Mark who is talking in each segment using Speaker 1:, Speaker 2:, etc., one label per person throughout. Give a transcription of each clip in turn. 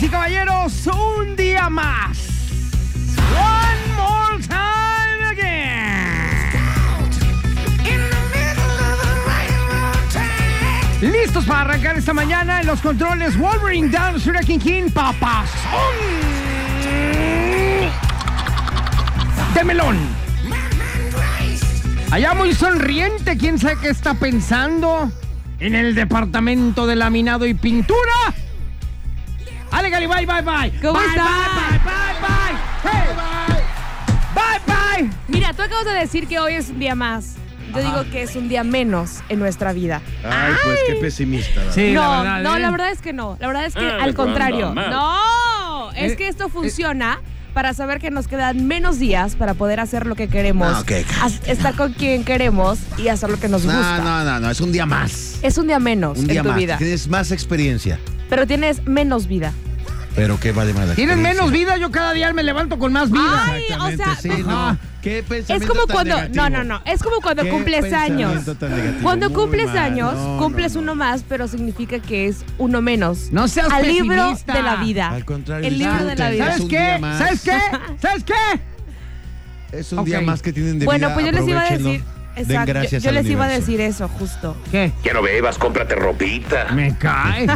Speaker 1: y caballeros, un día más. One more time again. Listos para arrancar esta mañana en los controles Wolverine Down, Shuriken King, papazón de melón. Allá muy sonriente, quién sabe qué está pensando en el departamento de laminado y pintura. Ale Gali, bye, bye, bye.
Speaker 2: ¿Cómo
Speaker 1: bye,
Speaker 2: estás?
Speaker 1: Bye, bye, bye, bye. Hey. Bye, bye. Bye, bye.
Speaker 2: Mira, tú acabas de decir que hoy es un día más. Yo
Speaker 1: Ajá.
Speaker 2: digo que es un día menos en nuestra vida.
Speaker 3: Ay, pues qué pesimista. la verdad. Ah, pues
Speaker 1: Sí,
Speaker 2: no,
Speaker 1: la verdad,
Speaker 2: no,
Speaker 1: ¿eh?
Speaker 2: la verdad es que no. La verdad es que
Speaker 4: Eh,
Speaker 2: al contrario.
Speaker 4: cuando más.
Speaker 2: No, es
Speaker 1: Eh,
Speaker 2: que esto funciona para saber que nos quedan menos días para poder hacer lo que queremos,
Speaker 3: No, que-
Speaker 2: as- estar con quien queremos y hacer lo que nos gusta.
Speaker 3: No, no, no, no, es un día más.
Speaker 2: Es un día menos
Speaker 3: Un día
Speaker 2: en tu
Speaker 3: más.
Speaker 2: vida,
Speaker 3: Tienes más experiencia.
Speaker 2: pero tienes menos vida.
Speaker 3: Pero qué vale más la
Speaker 1: Tienes
Speaker 3: experiencia.
Speaker 1: menos vida, yo cada día me levanto con más vida.
Speaker 2: Ay, o sea,
Speaker 3: Exactamente, sí,
Speaker 2: no-
Speaker 3: no.
Speaker 1: Ajá.
Speaker 3: Qué pensamiento
Speaker 2: es como
Speaker 3: tan
Speaker 2: cuando,
Speaker 3: negativo.
Speaker 2: no, no, no, es como cuando
Speaker 3: Qué
Speaker 2: cumples años.
Speaker 3: pensamiento tan negativo.
Speaker 2: Cuando
Speaker 3: Muy
Speaker 2: cumples
Speaker 3: mal.
Speaker 2: años,
Speaker 3: No,
Speaker 2: cumples
Speaker 3: no, no.
Speaker 2: uno más, pero significa que es uno menos.
Speaker 1: No seas
Speaker 2: Al libro
Speaker 1: pesimista.
Speaker 2: de la vida.
Speaker 3: Al contrario,
Speaker 2: El libro de la
Speaker 3: disfruten.
Speaker 2: vida.
Speaker 3: Es
Speaker 1: ¿Sabes
Speaker 3: un
Speaker 1: qué?
Speaker 3: día más.
Speaker 1: ¿Sabes qué? ¿Sabes qué?
Speaker 3: Es un
Speaker 1: Ok.
Speaker 3: día más que tienen de
Speaker 2: Bueno,
Speaker 3: vida,
Speaker 2: pues yo les iba a
Speaker 3: aprovechenlo.
Speaker 2: decir.
Speaker 3: Den
Speaker 2: Exacto, yo-
Speaker 3: gracias
Speaker 2: yo,
Speaker 3: al
Speaker 2: les iba a
Speaker 3: universo.
Speaker 2: decir eso, justo.
Speaker 1: ¿Qué?
Speaker 4: Ya no bebas, cómprate ropita.
Speaker 1: Me cae.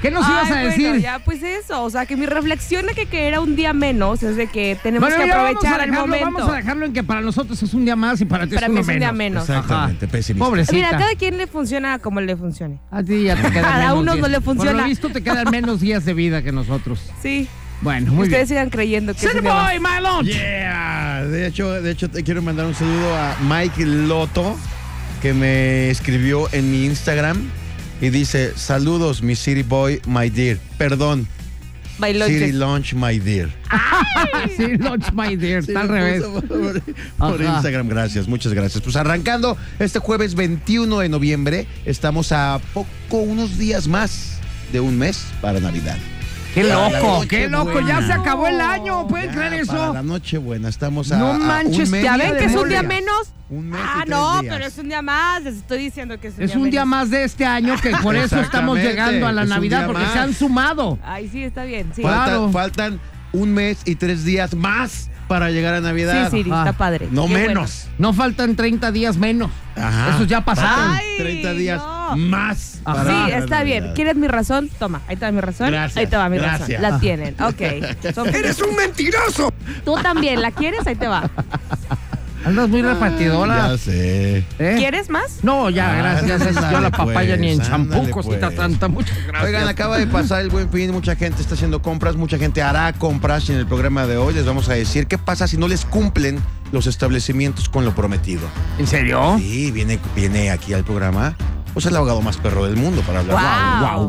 Speaker 1: ¿Qué nos ibas a
Speaker 2: Ay,
Speaker 1: decir?
Speaker 2: Bueno, ya, pues eso. O sea, que mi reflexión de que, que era un día menos es de que tenemos
Speaker 1: Bueno,
Speaker 2: que
Speaker 1: mira,
Speaker 2: aprovechar
Speaker 1: vamos a
Speaker 2: el
Speaker 1: dejarlo-
Speaker 2: momento.
Speaker 1: Vamos a dejarlo en que para nosotros es un día más y para ti
Speaker 2: Para
Speaker 1: es
Speaker 2: mí
Speaker 1: uno
Speaker 2: es un día menos.
Speaker 3: Exactamente, pesimista.
Speaker 1: Pobrecita.
Speaker 2: Mira, a cada quien le funciona como le funcione.
Speaker 1: A ti ya te quedan
Speaker 2: Cada
Speaker 1: menos
Speaker 2: uno no
Speaker 1: días.
Speaker 2: le
Speaker 1: Por
Speaker 2: funciona.
Speaker 1: lo visto te quedan menos días de vida que nosotros.
Speaker 2: Sí.
Speaker 1: Bueno, muy bien.
Speaker 2: Ustedes sigan creyendo que. es un
Speaker 1: City
Speaker 2: día más.
Speaker 1: Boy, my lunch.
Speaker 3: Yeah. De hecho, de hecho, te quiero mandar un saludo a Mike Loto, que me escribió en mi Instagram y dice: Saludos, mi City Boy, my dear. Perdón,
Speaker 2: Bailonches.
Speaker 3: City Lunch, my dear.
Speaker 1: Sí, lunch, my dear.
Speaker 3: Sí,
Speaker 1: está al
Speaker 3: me
Speaker 1: revés.
Speaker 3: puso Por, por
Speaker 1: Ajá.
Speaker 3: Instagram, gracias, muchas gracias. Pues arrancando este jueves 21 de noviembre, estamos a poco, unos días más de un mes para Navidad.
Speaker 1: Qué
Speaker 3: Para la
Speaker 1: loco,
Speaker 3: noche
Speaker 1: qué loco. Ya
Speaker 3: buena.
Speaker 1: se acabó el año. ¿Pueden
Speaker 3: Ya,
Speaker 1: creer
Speaker 3: Para
Speaker 1: eso?
Speaker 3: la Nochebuena, estamos a.
Speaker 1: No
Speaker 3: a un
Speaker 1: manches,
Speaker 3: mes
Speaker 2: ¿Ya
Speaker 1: día
Speaker 2: ven
Speaker 1: de
Speaker 2: que es un día
Speaker 3: días.
Speaker 2: menos?
Speaker 3: Un mes y
Speaker 2: ah,
Speaker 3: tres
Speaker 2: no,
Speaker 3: días.
Speaker 2: pero es un día más. Les estoy diciendo que es un
Speaker 1: Es
Speaker 2: día
Speaker 1: un día
Speaker 2: menos.
Speaker 1: más de este año que por eso estamos
Speaker 3: Exactamente,
Speaker 1: llegando a la
Speaker 3: es un
Speaker 1: Navidad
Speaker 3: día
Speaker 1: porque
Speaker 3: más.
Speaker 1: se han sumado.
Speaker 2: Ay, sí, está bien. Sí,
Speaker 3: Faltan,
Speaker 1: Claro.
Speaker 3: faltan un mes y tres días más para llegar a Navidad.
Speaker 2: sí, sí
Speaker 1: Ajá.
Speaker 2: está padre.
Speaker 3: No
Speaker 2: Qué bueno.
Speaker 3: menos.
Speaker 1: No faltan 30 días menos.
Speaker 3: Ajá.
Speaker 1: Esos ya pasaron.
Speaker 3: Faltan
Speaker 2: Ay,
Speaker 3: 30 días
Speaker 2: no.
Speaker 3: más.
Speaker 1: Ajá.
Speaker 3: para
Speaker 2: Sí,
Speaker 3: llegar a
Speaker 2: está bien.
Speaker 3: Navidad.
Speaker 2: ¿Quieres mi razón? Toma, ahí está mi razón.
Speaker 3: Gracias,
Speaker 2: Ahí te va mi
Speaker 3: gracias.
Speaker 2: razón. La tienen. Ok. ¡Eres un mentiroso! Tú también. ¿La quieres? Ahí te va.
Speaker 1: Andas muy repartidora.
Speaker 3: Ya sé.
Speaker 1: ¿eh?
Speaker 2: ¿Quieres más?
Speaker 1: No, ya,
Speaker 3: Ah,
Speaker 1: gracias.
Speaker 3: ándale,
Speaker 1: Yo la papaya
Speaker 3: pues,
Speaker 1: ni en
Speaker 3: ándale,
Speaker 1: champú, cosita
Speaker 3: pues.
Speaker 1: tanta. Muchas gracias.
Speaker 3: Oigan, acaba de pasar el buen fin, mucha gente está haciendo compras, mucha gente hará compras y en el programa de hoy les vamos a decir qué pasa si no les cumplen los establecimientos con lo prometido.
Speaker 1: ¿En serio?
Speaker 3: Sí, viene, viene aquí al programa Pues el abogado más perro del mundo para hablar.
Speaker 2: Guau.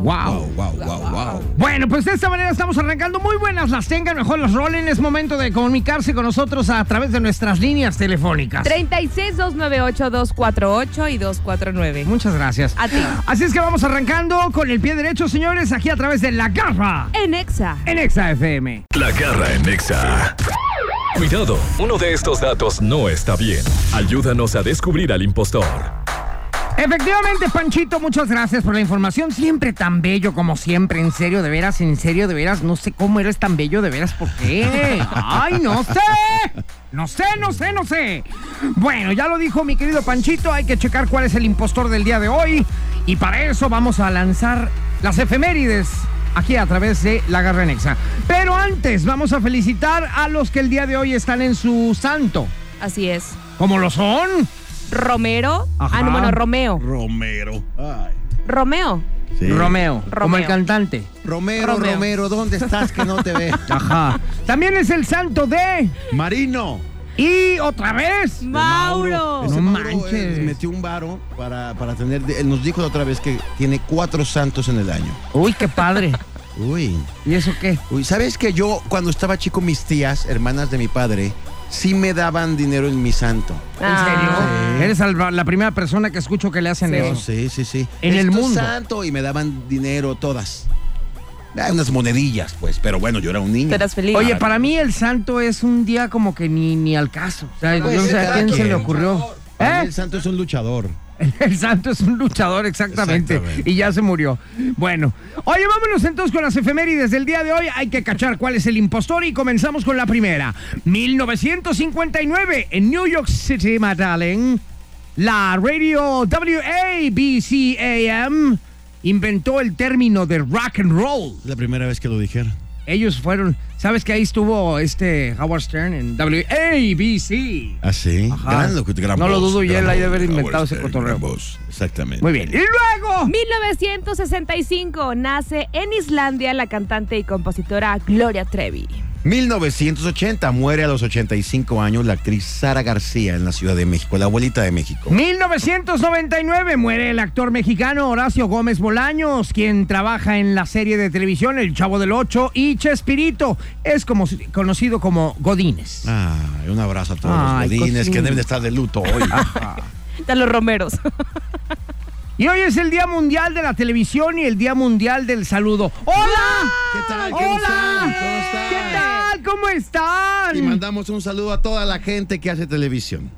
Speaker 3: wow, wow, wow, wow, wow.
Speaker 1: Bueno, pues de esta manera estamos arrancando. Muy buenas las tengan, mejor las rolen. Es momento de comunicarse con nosotros a través de nuestras líneas telefónicas.
Speaker 2: 36 298 248 y 249.
Speaker 1: Muchas gracias.
Speaker 2: A ti.
Speaker 1: Así es que vamos arrancando con el pie derecho, señores, aquí a través de La Garra
Speaker 2: En Exa.
Speaker 1: en Exa FM.
Speaker 5: La garra en Nexa. Cuidado, uno de estos datos no está bien. Ayúdanos a descubrir al impostor.
Speaker 1: Efectivamente, Panchito, muchas gracias por la información. Siempre tan bello como siempre, en serio, de veras, en serio, de veras. No sé cómo eres tan bello, de veras, ¿por qué? ¡Ay, no sé! No sé, no sé, no sé. Bueno, ya lo dijo mi querido Panchito, hay que checar cuál es el impostor del día de hoy. Y para eso vamos a lanzar las efemérides aquí a través de la Garra Nexa. Pero antes, vamos a felicitar a los que el día de hoy están en su santo.
Speaker 2: Así es.
Speaker 1: ¿Cómo lo son?
Speaker 2: Romero.
Speaker 1: Ajá.
Speaker 2: Ah, no, bueno, Romeo.
Speaker 3: Romero. Ay.
Speaker 2: Romeo.
Speaker 3: Sí.
Speaker 1: Romeo, como
Speaker 2: Romeo.
Speaker 1: el cantante.
Speaker 3: Romero,
Speaker 2: Romeo.
Speaker 3: Romero, ¿dónde estás que no te ve?
Speaker 1: Ajá. También es el santo de.
Speaker 3: Marino.
Speaker 1: Y otra vez.
Speaker 2: Mauro.
Speaker 3: Ese
Speaker 1: No
Speaker 3: Mauro, eh,
Speaker 1: manches.
Speaker 3: metió un varo para, para tener. Él nos dijo la otra vez que tiene cuatro santos en el año.
Speaker 1: Uy, qué padre.
Speaker 3: Uy.
Speaker 1: ¿Y eso qué?
Speaker 3: Uy, ¿sabes que yo cuando estaba chico, mis tías, hermanas de mi padre, sí me daban dinero en mi santo?
Speaker 2: Ah.
Speaker 1: Eres al- la primera persona que escucho que le hacen
Speaker 2: Sí.
Speaker 1: eso.
Speaker 3: Sí, sí, sí.
Speaker 1: En el
Speaker 3: Esto es
Speaker 1: mundo.
Speaker 3: santo y me daban dinero todas. Ah, unas monedillas, pues, pero bueno, yo era un niño.
Speaker 2: Tú eras feliz.
Speaker 1: Oye, para mí el santo es un día como que ni, ni al caso. O sea, yo no sé a
Speaker 3: cada
Speaker 1: quién se
Speaker 3: quien.
Speaker 1: le ocurrió.
Speaker 3: Para
Speaker 1: ¿Eh?
Speaker 3: mí El santo es un luchador.
Speaker 1: El santo es un luchador, exactamente.
Speaker 3: Exactamente.
Speaker 1: Y ya se murió. Bueno, oye, vámonos entonces con las efemérides del día de hoy. Hay que cachar cuál es el impostor y comenzamos con la primera. 1959, en New York City, Madalen, la radio WABCAM inventó el término de rock and roll.
Speaker 3: Es la primera vez que lo dijeron.
Speaker 1: Ellos fueron, ¿sabes que ahí estuvo este Howard Stern en WABC?
Speaker 3: Ah, sí.
Speaker 1: Ajá.
Speaker 3: Gran locu- gran
Speaker 1: No lo
Speaker 3: voz,
Speaker 1: dudo, y
Speaker 3: gran
Speaker 1: él ha de
Speaker 3: voz,
Speaker 1: haber
Speaker 3: gran
Speaker 1: inventado
Speaker 3: voz,
Speaker 1: ese
Speaker 3: gran
Speaker 1: cotorreo.
Speaker 3: voz, Exactamente.
Speaker 1: Muy bien. Y luego,
Speaker 2: 1965 nace en Islandia la cantante y compositora Gloria Trevi.
Speaker 3: 1980 muere a los 85 años la actriz Sara García en la Ciudad de México, la abuelita de México.
Speaker 1: 1999 muere el actor mexicano Horacio Gómez Bolaños, quien trabaja en la serie de televisión El Chavo del Ocho y Chespirito. Es como, conocido como Godínez.
Speaker 2: Ah.
Speaker 3: Ay, un abrazo a todos
Speaker 1: Ay,
Speaker 3: los godines que
Speaker 1: cosín.
Speaker 3: deben de estar de luto hoy.
Speaker 2: De los Romeros.
Speaker 1: Y hoy es el Día Mundial de la Televisión y el Día Mundial del Saludo. ¡Hola!
Speaker 3: ¿Qué tal? ¿Cómo están?
Speaker 1: ¡Hola!
Speaker 3: ¿Cómo están?
Speaker 1: ¿Qué tal? ¿Cómo
Speaker 3: Y
Speaker 1: están?
Speaker 3: mandamos un saludo a toda la gente que hace televisión.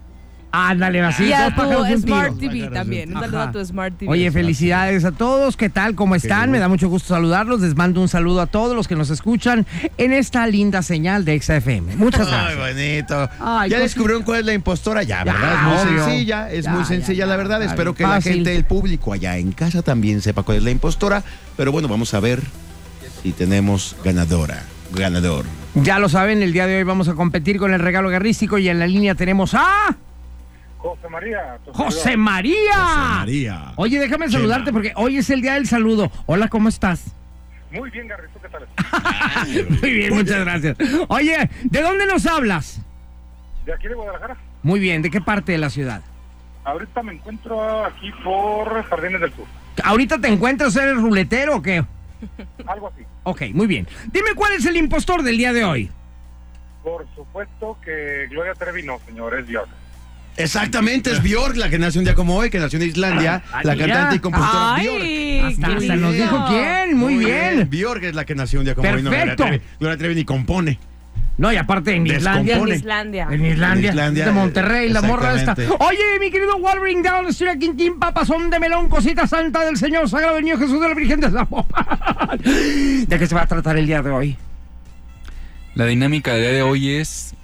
Speaker 1: Ándale, así.
Speaker 2: y a
Speaker 1: dos pájaros de
Speaker 2: tu
Speaker 1: un tiro.
Speaker 2: Smart TV también. Un
Speaker 1: Ajá.
Speaker 2: saludo a tu Smart TV.
Speaker 1: Oye, felicidades a todos. ¿Qué tal? ¿Cómo están? Me da mucho gusto saludarlos. Les mando un saludo a todos los que nos escuchan en esta linda señal de XFM. Muchas
Speaker 3: Ay,
Speaker 1: gracias.
Speaker 3: bonito.
Speaker 1: Ay,
Speaker 3: ya
Speaker 1: cosita.
Speaker 3: descubrieron cuál es la impostora, ya, ¿verdad? es muy
Speaker 1: obvio.
Speaker 3: sencilla, es
Speaker 1: Ya,
Speaker 3: muy
Speaker 1: ya,
Speaker 3: sencilla,
Speaker 1: ya,
Speaker 3: la verdad.
Speaker 1: está
Speaker 3: Espero
Speaker 1: bien
Speaker 3: que
Speaker 1: fácil.
Speaker 3: la gente, el público allá en casa también sepa cuál es la impostora. Pero bueno, vamos a ver si tenemos ganadora. Ganador.
Speaker 1: Ya lo saben, el día de hoy vamos a competir con el regalo guerrístico y en la línea tenemos a
Speaker 6: José María. tu
Speaker 1: José
Speaker 6: servidor.
Speaker 1: María.
Speaker 3: María.
Speaker 1: Oye, déjame saludarte porque hoy es el día del saludo. Hola, ¿cómo estás?
Speaker 6: Muy bien, Garrito, ¿qué tal?
Speaker 1: Muy bien, muchas gracias. Oye, ¿de dónde nos hablas?
Speaker 6: De aquí de Guadalajara.
Speaker 1: Muy bien, ¿de qué parte de la ciudad?
Speaker 6: Ahorita me encuentro aquí por Jardines del Sur.
Speaker 1: ¿Ahorita te encuentras eres ruletero o qué?
Speaker 6: Algo así.
Speaker 1: Ok, muy bien. Dime cuál es el impostor del día de hoy.
Speaker 6: Por supuesto que Gloria Trevi no, señor, es Dios.
Speaker 3: Exactamente, es Bjork la que nació un día como hoy, que nació en Islandia,
Speaker 1: Ah,
Speaker 3: la
Speaker 1: mira.
Speaker 3: cantante y compositora Bjork.
Speaker 2: Ay,
Speaker 1: Hasta,
Speaker 2: qué
Speaker 1: hasta nos
Speaker 2: lindo.
Speaker 1: dijo quién, muy, bien.
Speaker 3: Bjork es la que nació un día como hoy. no Gloria
Speaker 1: Perfecto.
Speaker 3: Trevi. Gloria Trevi ni compone.
Speaker 1: No, y aparte en Islandia.
Speaker 3: Descompone.
Speaker 2: En Islandia.
Speaker 1: En Islandia,
Speaker 3: En Islandia,
Speaker 1: de Monterrey, la morra esta.
Speaker 3: exactamente.
Speaker 1: Oye, mi querido Wolverine Down, Estrella Quintín, papazón de melón, cosita santa del Señor, sagrado niño Jesús de la Virgen de la Popa. ¿De qué se va a tratar el día de hoy?
Speaker 7: La dinámica del día de hoy es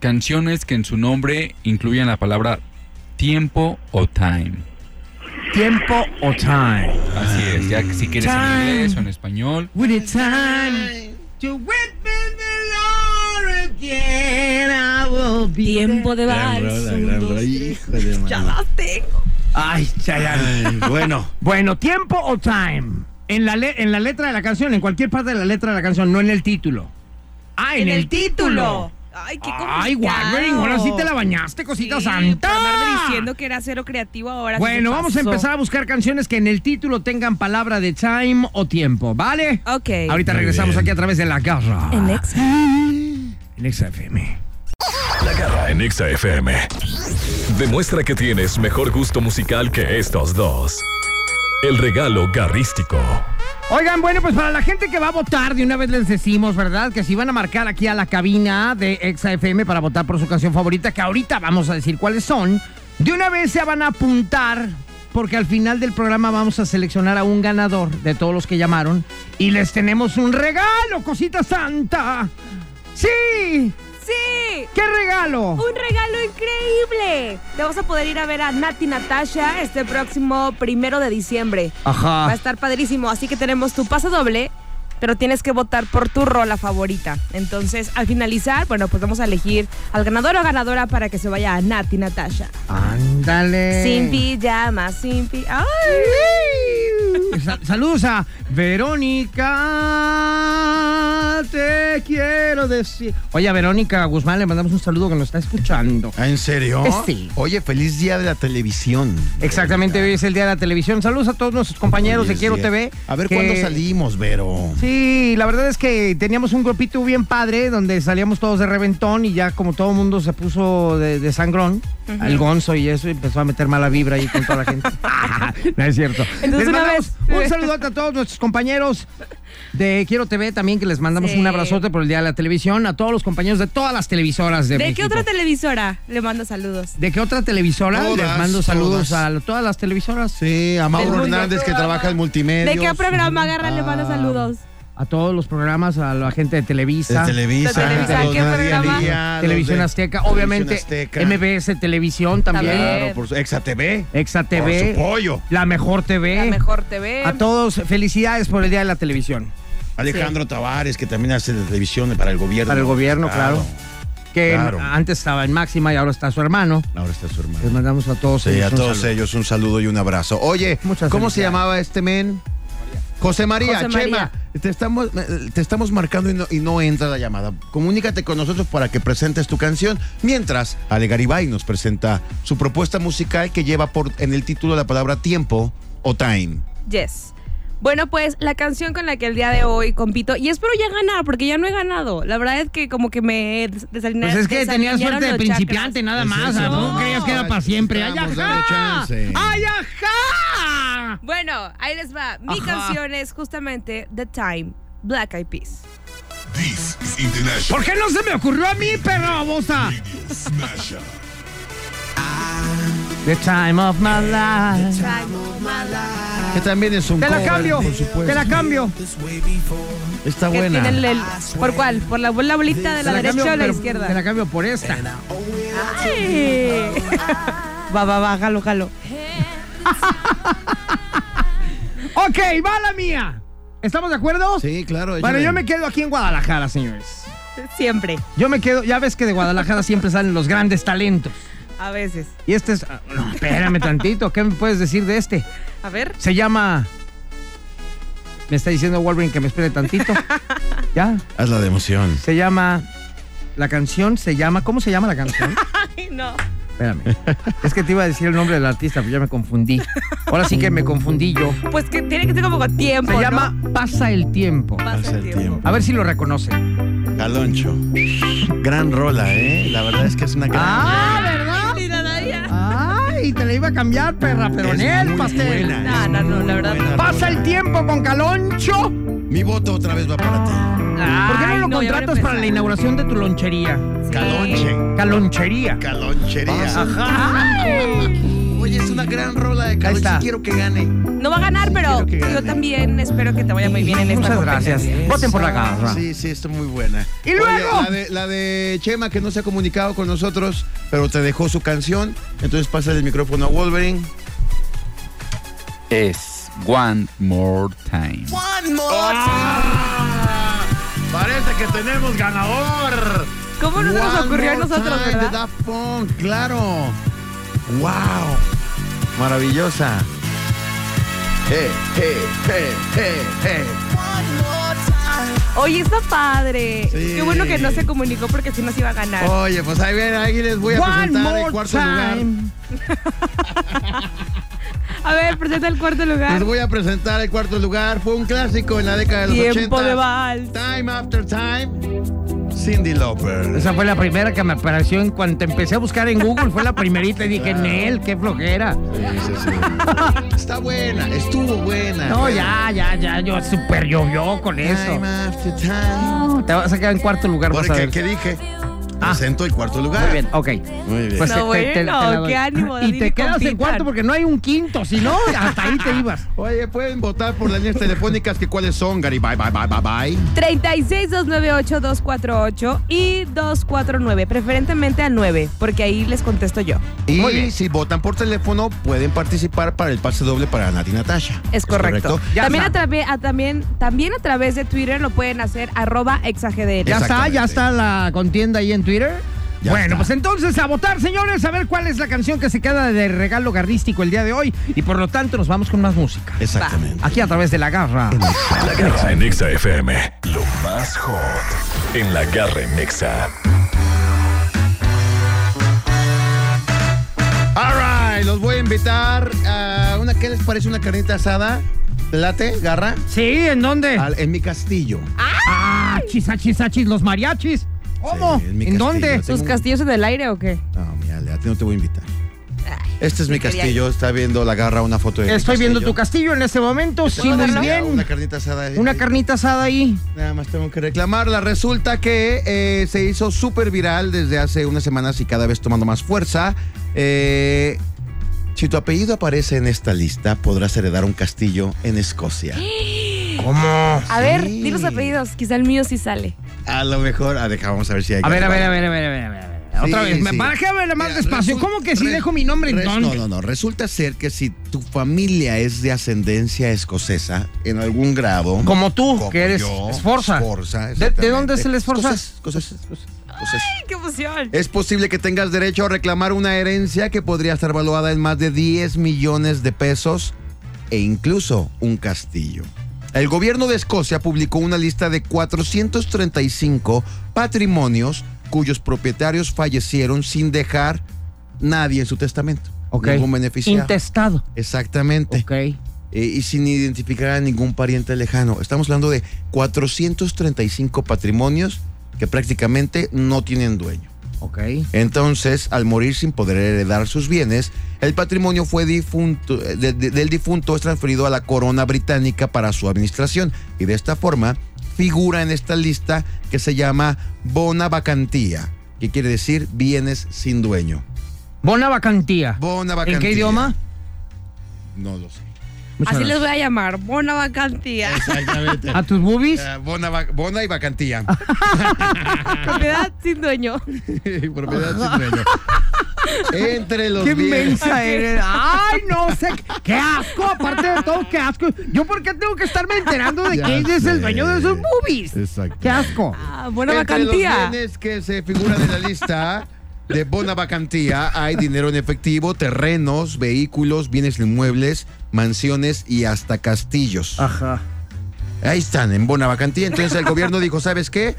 Speaker 7: canciones que en su nombre incluyan la palabra tiempo o time.
Speaker 1: Tiempo o time.
Speaker 7: Así es, ya que si quieres en
Speaker 1: Time.
Speaker 7: inglés o en español.
Speaker 1: With the time to whip in the Lord again, I will be
Speaker 2: Tiempo de vals. Ya las tengo.
Speaker 1: there. Ay, Chayanne.
Speaker 3: Bueno,
Speaker 1: Bueno, tiempo o time. En la, le- en la letra de la canción, en cualquier parte de la letra de la canción, no en el título. Ah, en, el, título.
Speaker 8: Ay, qué complicado.
Speaker 1: Ay, Wolverine, ahora sí te la bañaste, cosita
Speaker 8: Sí,
Speaker 1: santa.
Speaker 8: por andarme diciendo que era cero creativo ahora. ¿qué
Speaker 1: Bueno,
Speaker 8: te
Speaker 1: vamos a
Speaker 8: pasó?
Speaker 1: empezar a buscar canciones que en el título tengan palabra de time o tiempo, ¿vale?
Speaker 8: Ok.
Speaker 1: Ahorita regresamos aquí a través de la garra.
Speaker 2: En Exa.
Speaker 1: En Exa FM.
Speaker 5: La garra en Exa FM. Demuestra que tienes mejor gusto musical que estos dos. El regalo garrístico.
Speaker 1: Oigan, bueno, pues para la gente que va a votar, de una vez les decimos, ¿verdad? Que si van a marcar aquí a la cabina de Exa FM para votar por su canción favorita, que ahorita vamos a decir cuáles son, de una vez se van a apuntar, porque al final del programa vamos a seleccionar a un ganador de todos los que llamaron y les tenemos un regalo, cosita santa. ¡Sí!
Speaker 2: ¡Sí!
Speaker 1: ¿Qué regalo?
Speaker 2: ¡Un regalo increíble! Te vas a poder ir a ver a Nati Natasha este próximo primero de diciembre. Va a
Speaker 1: Ajá.
Speaker 2: estar padrísimo, así que tenemos tu pase doble, pero tienes que votar por tu rola favorita. Entonces, al finalizar, bueno, pues vamos a elegir al ganador o ganadora para que se vaya a Nati Natasha.
Speaker 1: Ándale.
Speaker 2: Sin pijama, sin pijama.
Speaker 1: Sa- Saludos a Verónica. Te quiero decir. Oye, a Verónica Guzmán le mandamos un saludo que nos está escuchando.
Speaker 3: Ah, ¿En serio?
Speaker 1: Sí.
Speaker 3: Oye, feliz día de la televisión.
Speaker 1: Exactamente, hoy es el día de la televisión. Saludos a todos nuestros compañeros
Speaker 3: Hoy
Speaker 1: de
Speaker 3: es
Speaker 1: Quiero
Speaker 3: día.
Speaker 1: TV.
Speaker 3: A ver
Speaker 1: que-
Speaker 3: cuándo salimos, Vero.
Speaker 1: Sí, la verdad es que teníamos un grupito bien padre donde salíamos todos de reventón y ya como todo el mundo se puso de, de sangrón, al gonzo y eso, y empezó a meter mala vibra ahí con toda la gente. no es cierto.
Speaker 2: Entonces,
Speaker 1: les
Speaker 2: una
Speaker 1: mandamos
Speaker 2: vez-
Speaker 1: un saludo a todos nuestros compañeros de Quiero TV también, que les mandamos
Speaker 8: Sí.
Speaker 1: un abrazote por el Día de la Televisión, a todos los compañeros de todas las televisoras de
Speaker 8: ¿De qué
Speaker 1: México.
Speaker 8: otra televisora le mando saludos?
Speaker 1: ¿De qué otra televisora? les
Speaker 3: Todas,
Speaker 1: mando saludos
Speaker 3: todas.
Speaker 1: a la- todas las televisoras.
Speaker 3: Sí, a Mauro
Speaker 8: Del mundo.
Speaker 3: Hernández que trabaja en multimedia.
Speaker 2: ¿De qué programa agarra? Le mando
Speaker 1: Eh, Ah.
Speaker 2: saludos.
Speaker 1: A todos los programas, a la gente de Televisa.
Speaker 3: De Televisa.
Speaker 2: De
Speaker 3: los
Speaker 2: Televisa, ¿qué
Speaker 3: de Día a
Speaker 2: programa?
Speaker 3: Día, los
Speaker 1: Televisión
Speaker 3: de
Speaker 1: Azteca,
Speaker 3: Televisión
Speaker 1: obviamente
Speaker 3: Azteca.
Speaker 1: MBS Televisión también,
Speaker 3: Claro, por su Exa TV.
Speaker 1: Exa
Speaker 3: Por su
Speaker 1: TV,
Speaker 3: pollo.
Speaker 1: La Mejor TV.
Speaker 2: La mejor TV.
Speaker 1: A todos, felicidades por el Día de la Televisión.
Speaker 3: Alejandro Tavares, que también hace de televisión para el gobierno.
Speaker 1: Para el gobierno, claro. Que
Speaker 3: Claro.
Speaker 1: antes estaba en Máxima y ahora está su hermano.
Speaker 3: Ahora está su
Speaker 1: Les
Speaker 3: hermano.
Speaker 1: mandamos a todos.
Speaker 3: Sí,
Speaker 1: ellos
Speaker 3: a
Speaker 1: un
Speaker 3: todos
Speaker 1: saludo.
Speaker 3: ellos un saludo y un abrazo. Oye,
Speaker 1: Muchas
Speaker 3: ¿cómo se
Speaker 1: felicidades.
Speaker 3: llamaba este men? José María,
Speaker 2: José
Speaker 3: Chema,
Speaker 2: María.
Speaker 3: Te, estamos, eh, te estamos marcando y no, y no entra la llamada. Comunícate con nosotros para que presentes tu canción. Mientras, Ale Garibay nos presenta su propuesta musical que lleva por, en el título la palabra tiempo o time.
Speaker 2: Yes. Bueno, pues la canción con la que el día de hoy compito, y espero ya ganar, porque ya no he ganado. La verdad es que como que me des- desalinearon.
Speaker 1: Pues es que tenía
Speaker 2: desalinearon
Speaker 1: suerte de
Speaker 2: los
Speaker 1: principiante,
Speaker 2: chakras.
Speaker 1: nada
Speaker 3: Es
Speaker 1: más.
Speaker 3: eso.
Speaker 1: ¿no? Creías que era para siempre. ¡Ay,
Speaker 3: Estamos dando
Speaker 1: ajá!
Speaker 3: chance.
Speaker 1: ¡Ay, ajá!
Speaker 2: Bueno, ahí les va. Mi
Speaker 1: Ajá.
Speaker 2: canción es justamente The Time, Black Eyed Peas.
Speaker 9: This is International
Speaker 1: ¿Por qué no se me ocurrió a mí, perro babosa?
Speaker 9: Smasher.
Speaker 1: The time of my life.
Speaker 3: Que también es un
Speaker 1: Te la
Speaker 3: cover,
Speaker 1: cambio,
Speaker 3: por supuesto.
Speaker 1: te la cambio.
Speaker 3: Está
Speaker 2: Que
Speaker 3: buena.
Speaker 2: tienen el-
Speaker 1: Ah,
Speaker 2: ¿Por cuál? ¿Por la, la bolita de la,
Speaker 1: Te
Speaker 2: derecha
Speaker 1: cambio,
Speaker 2: o la
Speaker 1: pero
Speaker 2: izquierda?
Speaker 1: Te la cambio por esta.
Speaker 2: Ay. va, va, va, jalo, jalo.
Speaker 1: Ok, va la mía. ¿Estamos de acuerdo?
Speaker 3: Sí, claro.
Speaker 1: Bueno,
Speaker 3: échale.
Speaker 1: yo me quedo aquí en Guadalajara, señores.
Speaker 2: Siempre,
Speaker 1: Yo me quedo, ya ves que de Guadalajara siempre salen los grandes talentos.
Speaker 2: a veces.
Speaker 1: Y este es. ah, No, espérame tantito, ¿qué me puedes decir de este?
Speaker 2: A ver.
Speaker 1: Se llama. Me está diciendo Wolverine que me espere tantito. ¿Ya?
Speaker 3: Haz la de emoción.
Speaker 1: Se llama. La canción se llama. ¿Cómo se llama la canción?
Speaker 2: Ay, no.
Speaker 1: Espérame. Es que te iba a decir el nombre del artista, pero ya me confundí. Ahora sí que me confundí yo.
Speaker 2: Pues que tiene que ser como con tiempo.
Speaker 1: Se
Speaker 2: ¿no?
Speaker 1: llama Pasa el tiempo.
Speaker 3: Pasa el tiempo.
Speaker 1: A ver si lo reconocen.
Speaker 3: Caloncho. Gran rola, ¿eh? La verdad es que es una gran.
Speaker 1: Ah,
Speaker 2: Ay, mira, Nadia.
Speaker 1: Ay, te la iba a cambiar, perra, pero en el pastel.
Speaker 2: No, no, no, la verdad no.
Speaker 1: Pasa el tiempo con Caloncho.
Speaker 3: Mi voto otra vez va para ti.
Speaker 1: ¿Por qué no
Speaker 2: Ay,
Speaker 1: lo
Speaker 2: no,
Speaker 1: contratas
Speaker 2: ya voy a
Speaker 1: para
Speaker 2: empezar.
Speaker 1: la inauguración de tu lonchería?
Speaker 2: Sí.
Speaker 3: Calonche.
Speaker 1: Calonchería.
Speaker 3: Calonchería. Oye, es una gran rola de
Speaker 1: Ahí está.
Speaker 3: Calonche. Quiero que gane.
Speaker 2: No va a ganar,
Speaker 3: quiero
Speaker 2: pero
Speaker 3: que gane.
Speaker 2: yo también espero que te vaya muy bien en esta
Speaker 1: Muchas gracias.
Speaker 2: competencia.
Speaker 1: Voten por la garra.
Speaker 3: Sí, sí, está muy buena.
Speaker 1: Y luego-
Speaker 3: la, de, la de Chema que no se ha comunicado con nosotros, pero te dejó su canción. Entonces pasa el micrófono a Wolverine.
Speaker 7: Es One More Time.
Speaker 3: ¡Ah! Parece que tenemos ganador.
Speaker 2: ¿Cómo no se nos
Speaker 3: One
Speaker 2: ocurrió a
Speaker 3: more
Speaker 2: nosotros,
Speaker 3: time de
Speaker 2: verdad?
Speaker 3: Daft Punk, claro. Wow. Maravillosa. Eh, eh, eh, eh, eh.
Speaker 2: Oye, está padre.
Speaker 3: Sí.
Speaker 2: Qué bueno que no se comunicó porque si nos iba a ganar.
Speaker 3: Oye, pues ahí, ven, ahí les voy a
Speaker 1: One
Speaker 3: presentar
Speaker 1: more
Speaker 3: el cuarto lugar.
Speaker 1: time.
Speaker 2: A ver, presenta el cuarto lugar.
Speaker 3: Les voy a presentar el cuarto lugar. Fue un clásico en la década de los
Speaker 2: Tiempo
Speaker 3: 80.
Speaker 2: de vals.
Speaker 3: Time after time. Cindy Lauper.
Speaker 1: Esa fue la primera que me apareció en cuanto empecé a buscar en Google. Fue la primerita y dije, Nel, qué flojera.
Speaker 3: Está buena, estuvo buena.
Speaker 1: No,
Speaker 3: Bueno.
Speaker 1: ya, ya, ya, yo super llovió con eso.
Speaker 3: Time after time.
Speaker 1: No, Te vas a quedar en cuarto lugar, vas a
Speaker 3: Porque,
Speaker 1: ver.
Speaker 3: ¿qué dije?
Speaker 1: Ah.
Speaker 3: Presento el cuarto lugar.
Speaker 1: Muy bien, ok.
Speaker 3: Muy bien.
Speaker 1: Pues
Speaker 2: No, bueno,
Speaker 1: doy.
Speaker 2: qué ánimo,
Speaker 1: Y
Speaker 2: David,
Speaker 1: te
Speaker 2: y
Speaker 1: quedas en
Speaker 2: compitan.
Speaker 1: cuarto porque no hay un quinto, si no, hasta ahí te ibas.
Speaker 3: Oye, pueden votar por las líneas telefónicas que cuáles son, Gary. Bye, bye, bye, bye, bye.
Speaker 2: 36-298-248 y 249, preferentemente al 9, porque ahí les contesto yo.
Speaker 3: Y si votan por teléfono, pueden participar para el pase doble para Nati Natasha.
Speaker 2: Es correcto.
Speaker 1: Ya
Speaker 2: También, a
Speaker 1: está.
Speaker 2: trabe- a también, también a través de Twitter lo pueden hacer arroba exagdr.
Speaker 1: Ya está, ya
Speaker 3: Exactamente.
Speaker 1: está la contienda ahí en Twitter.
Speaker 3: Ya
Speaker 1: bueno,
Speaker 3: está.
Speaker 1: pues entonces a votar, señores, a ver cuál es la canción que se queda de regalo garrístico el día de hoy. Y por lo tanto, nos vamos con más música.
Speaker 3: Exactamente.
Speaker 1: Aquí a través de la garra.
Speaker 5: La garra en Exa FM. Lo más hot en la garra en Exa.
Speaker 3: All right, los voy a invitar a una, ¿qué les parece? Una carnita asada. ¿Te late, garra?
Speaker 1: Sí, ¿en dónde?
Speaker 3: Al- en mi castillo.
Speaker 1: Ah, chisachis, achis, los mariachis. ¿Cómo?
Speaker 3: Sí,
Speaker 1: ¿En,
Speaker 3: mi castillo.
Speaker 1: dónde?
Speaker 3: Tengo
Speaker 2: ¿Sus
Speaker 3: un-
Speaker 2: castillos en el aire o qué?
Speaker 3: No, mira, a ti no te voy a invitar. este es mi castillo. Está viendo la garra una foto de mi
Speaker 1: Estoy viendo tu
Speaker 3: castillo.
Speaker 1: castillo en este momento. Sí, muy
Speaker 3: Una- Una
Speaker 1: bien.
Speaker 3: carnita asada. eh, ahí.
Speaker 1: Una carnita asada ahí.
Speaker 3: Nada más tengo que reclamarla. Resulta que eh, se hizo súper viral desde hace unas semanas y cada vez tomando más fuerza. Eh, si tu apellido aparece en esta lista, podrás heredar un castillo en Escocia.
Speaker 1: ¿Cómo?
Speaker 2: A
Speaker 3: Sí.
Speaker 2: ver, di los apellidos, quizá el mío sí sale.
Speaker 3: A lo mejor. Ah, deja, vamos a ver si hay.
Speaker 1: A ver, a ver, a ver, a ver, a ver. a ver, a ver. Otra
Speaker 3: Sí,
Speaker 1: vez. Me
Speaker 3: sí.
Speaker 1: Bájame más
Speaker 3: Mira,
Speaker 1: despacio.
Speaker 3: resul-
Speaker 1: ¿Cómo que si
Speaker 3: re-
Speaker 1: dejo mi nombre
Speaker 3: res- No,
Speaker 1: entonces?
Speaker 3: no, no. Resulta ser que si tu familia es de ascendencia escocesa, en algún grado.
Speaker 1: Como tú,
Speaker 3: como
Speaker 1: que eres
Speaker 3: yo,
Speaker 1: esforza.
Speaker 3: Esforza,
Speaker 1: ¿De- ¿De,
Speaker 3: exactamente.
Speaker 1: dónde es el esforza?
Speaker 3: Escocés, escocés, escocés, escocés.
Speaker 2: ¡Ay, qué emoción!
Speaker 1: Eh,
Speaker 3: Es posible que tengas derecho a reclamar una herencia que podría estar valuada en más de 10 millones de pesos e incluso un castillo. El gobierno de Escocia publicó una lista de 435 patrimonios cuyos propietarios fallecieron sin dejar nadie en su testamento.
Speaker 1: Ok.
Speaker 3: Ningún beneficiario.
Speaker 1: Intestado.
Speaker 3: Exactamente.
Speaker 1: Ok.
Speaker 3: Eh, y sin identificar a ningún pariente lejano. Estamos hablando de 435 patrimonios que prácticamente no tienen dueño.
Speaker 1: Ok.
Speaker 3: Entonces, al morir sin poder heredar sus bienes, el patrimonio fue difunto- eh, de- de- del difunto es transferido a la corona británica para su administración y de esta forma figura en esta lista que se llama bona vacantía, que quiere decir bienes sin dueño.
Speaker 1: Bona vacantía.
Speaker 3: Bona
Speaker 1: ¿En qué
Speaker 3: vacantía.
Speaker 1: idioma?
Speaker 3: No lo sé.
Speaker 1: Muchas
Speaker 2: Así les
Speaker 1: gracias.
Speaker 2: voy a llamar, Bona Vacantía.
Speaker 3: Exactamente.
Speaker 1: ¿A tus boobies?
Speaker 3: Eh, bona, va- bona y vacantía.
Speaker 1: Ah.
Speaker 2: Propiedad sin dueño.
Speaker 3: Propiedad sin dueño. Entre los
Speaker 1: ¡Qué
Speaker 3: bienes.
Speaker 1: mensa eres! ¡Ay, no sé! ¡Qué asco! Aparte de todo, ¡qué asco! ¿Yo por qué tengo que estarme enterando de
Speaker 3: Ya
Speaker 1: que ella es
Speaker 3: sé.
Speaker 1: el dueño de sus boobies?
Speaker 3: Exacto.
Speaker 1: ¡Qué asco!
Speaker 2: Ah, Bona
Speaker 3: Entre los
Speaker 2: Vacantía.
Speaker 3: bienes que se figuran en la lista de Bona Vacantía hay dinero en efectivo, terrenos, vehículos, bienes inmuebles, mansiones y hasta castillos.
Speaker 1: Ajá.
Speaker 3: Ahí están, en Bona Vacantía. Entonces el gobierno dijo, ¿sabes qué?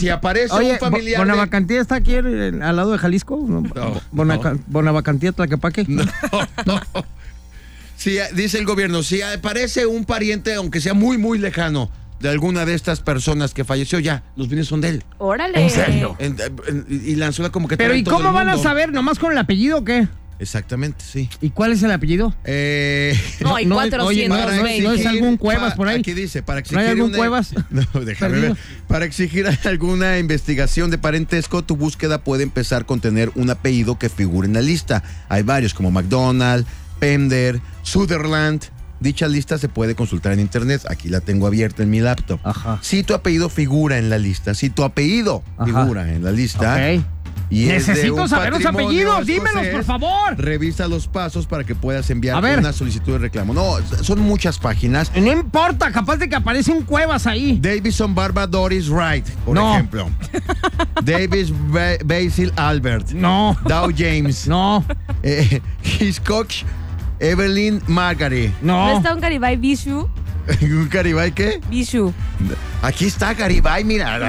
Speaker 3: Si aparece
Speaker 1: Oye,
Speaker 3: un familiar...
Speaker 1: Bo-
Speaker 3: de-
Speaker 1: ¿Bonavacantía está aquí en- en- al lado de Jalisco? No, Bonaca- ¿Bonavacantía, Tlaquepaque?
Speaker 3: Si, eh, dice el gobierno, si aparece un pariente, aunque sea muy, muy lejano, de alguna de estas personas que falleció, ya, los bienes son de él.
Speaker 2: Órale.
Speaker 1: ¿En serio?
Speaker 3: En- en- y lanzó la como que...
Speaker 1: Pero ¿y cómo van a saber? ¿Nomás con el apellido o qué?
Speaker 3: Exactamente, sí.
Speaker 1: ¿Y cuál es el apellido?
Speaker 3: Eh,
Speaker 2: No, hay
Speaker 1: No, no, oye, no,
Speaker 3: para
Speaker 2: 420.
Speaker 1: no es algún
Speaker 3: exigir-
Speaker 1: Cuevas por ahí.
Speaker 3: Aquí dice, para
Speaker 1: ¿No
Speaker 3: exigir.
Speaker 1: hay algún
Speaker 3: una-
Speaker 1: Cuevas?
Speaker 3: No, déjame
Speaker 1: Perdido.
Speaker 3: ver. Para exigir alguna investigación de parentesco, tu búsqueda puede empezar con tener un apellido que figure en la lista. Hay varios como McDonald, Pender, Sutherland. Dicha lista se puede consultar en internet. Aquí la tengo abierta en mi laptop.
Speaker 1: Ajá.
Speaker 3: Si tu apellido figura en la lista, si tu apellido
Speaker 1: Ajá.
Speaker 3: figura en la lista.
Speaker 1: Ok.
Speaker 3: y es de
Speaker 1: Necesito
Speaker 3: un
Speaker 1: saber los
Speaker 3: patrimonio
Speaker 1: apellidos, dímelos,
Speaker 3: escocés,
Speaker 1: por favor.
Speaker 3: Revisa los pasos para que puedas
Speaker 1: A
Speaker 3: enviar
Speaker 1: ver.
Speaker 3: una solicitud de reclamo. No, son muchas páginas.
Speaker 1: No importa, capaz de que aparece un Cuevas ahí.
Speaker 3: Davison Barba Doris Wright, por
Speaker 1: No.
Speaker 3: ejemplo. Davis Ba- Basil Albert.
Speaker 1: No,
Speaker 3: Dow James.
Speaker 1: no,
Speaker 3: Eh, Hitchcock. Evelyn Margary.
Speaker 2: ¿No
Speaker 1: no.
Speaker 2: está un Garibay Bishu?
Speaker 3: ¿Un caribay qué?
Speaker 2: Bishu.
Speaker 3: Aquí está Garibay, mira. Ay, te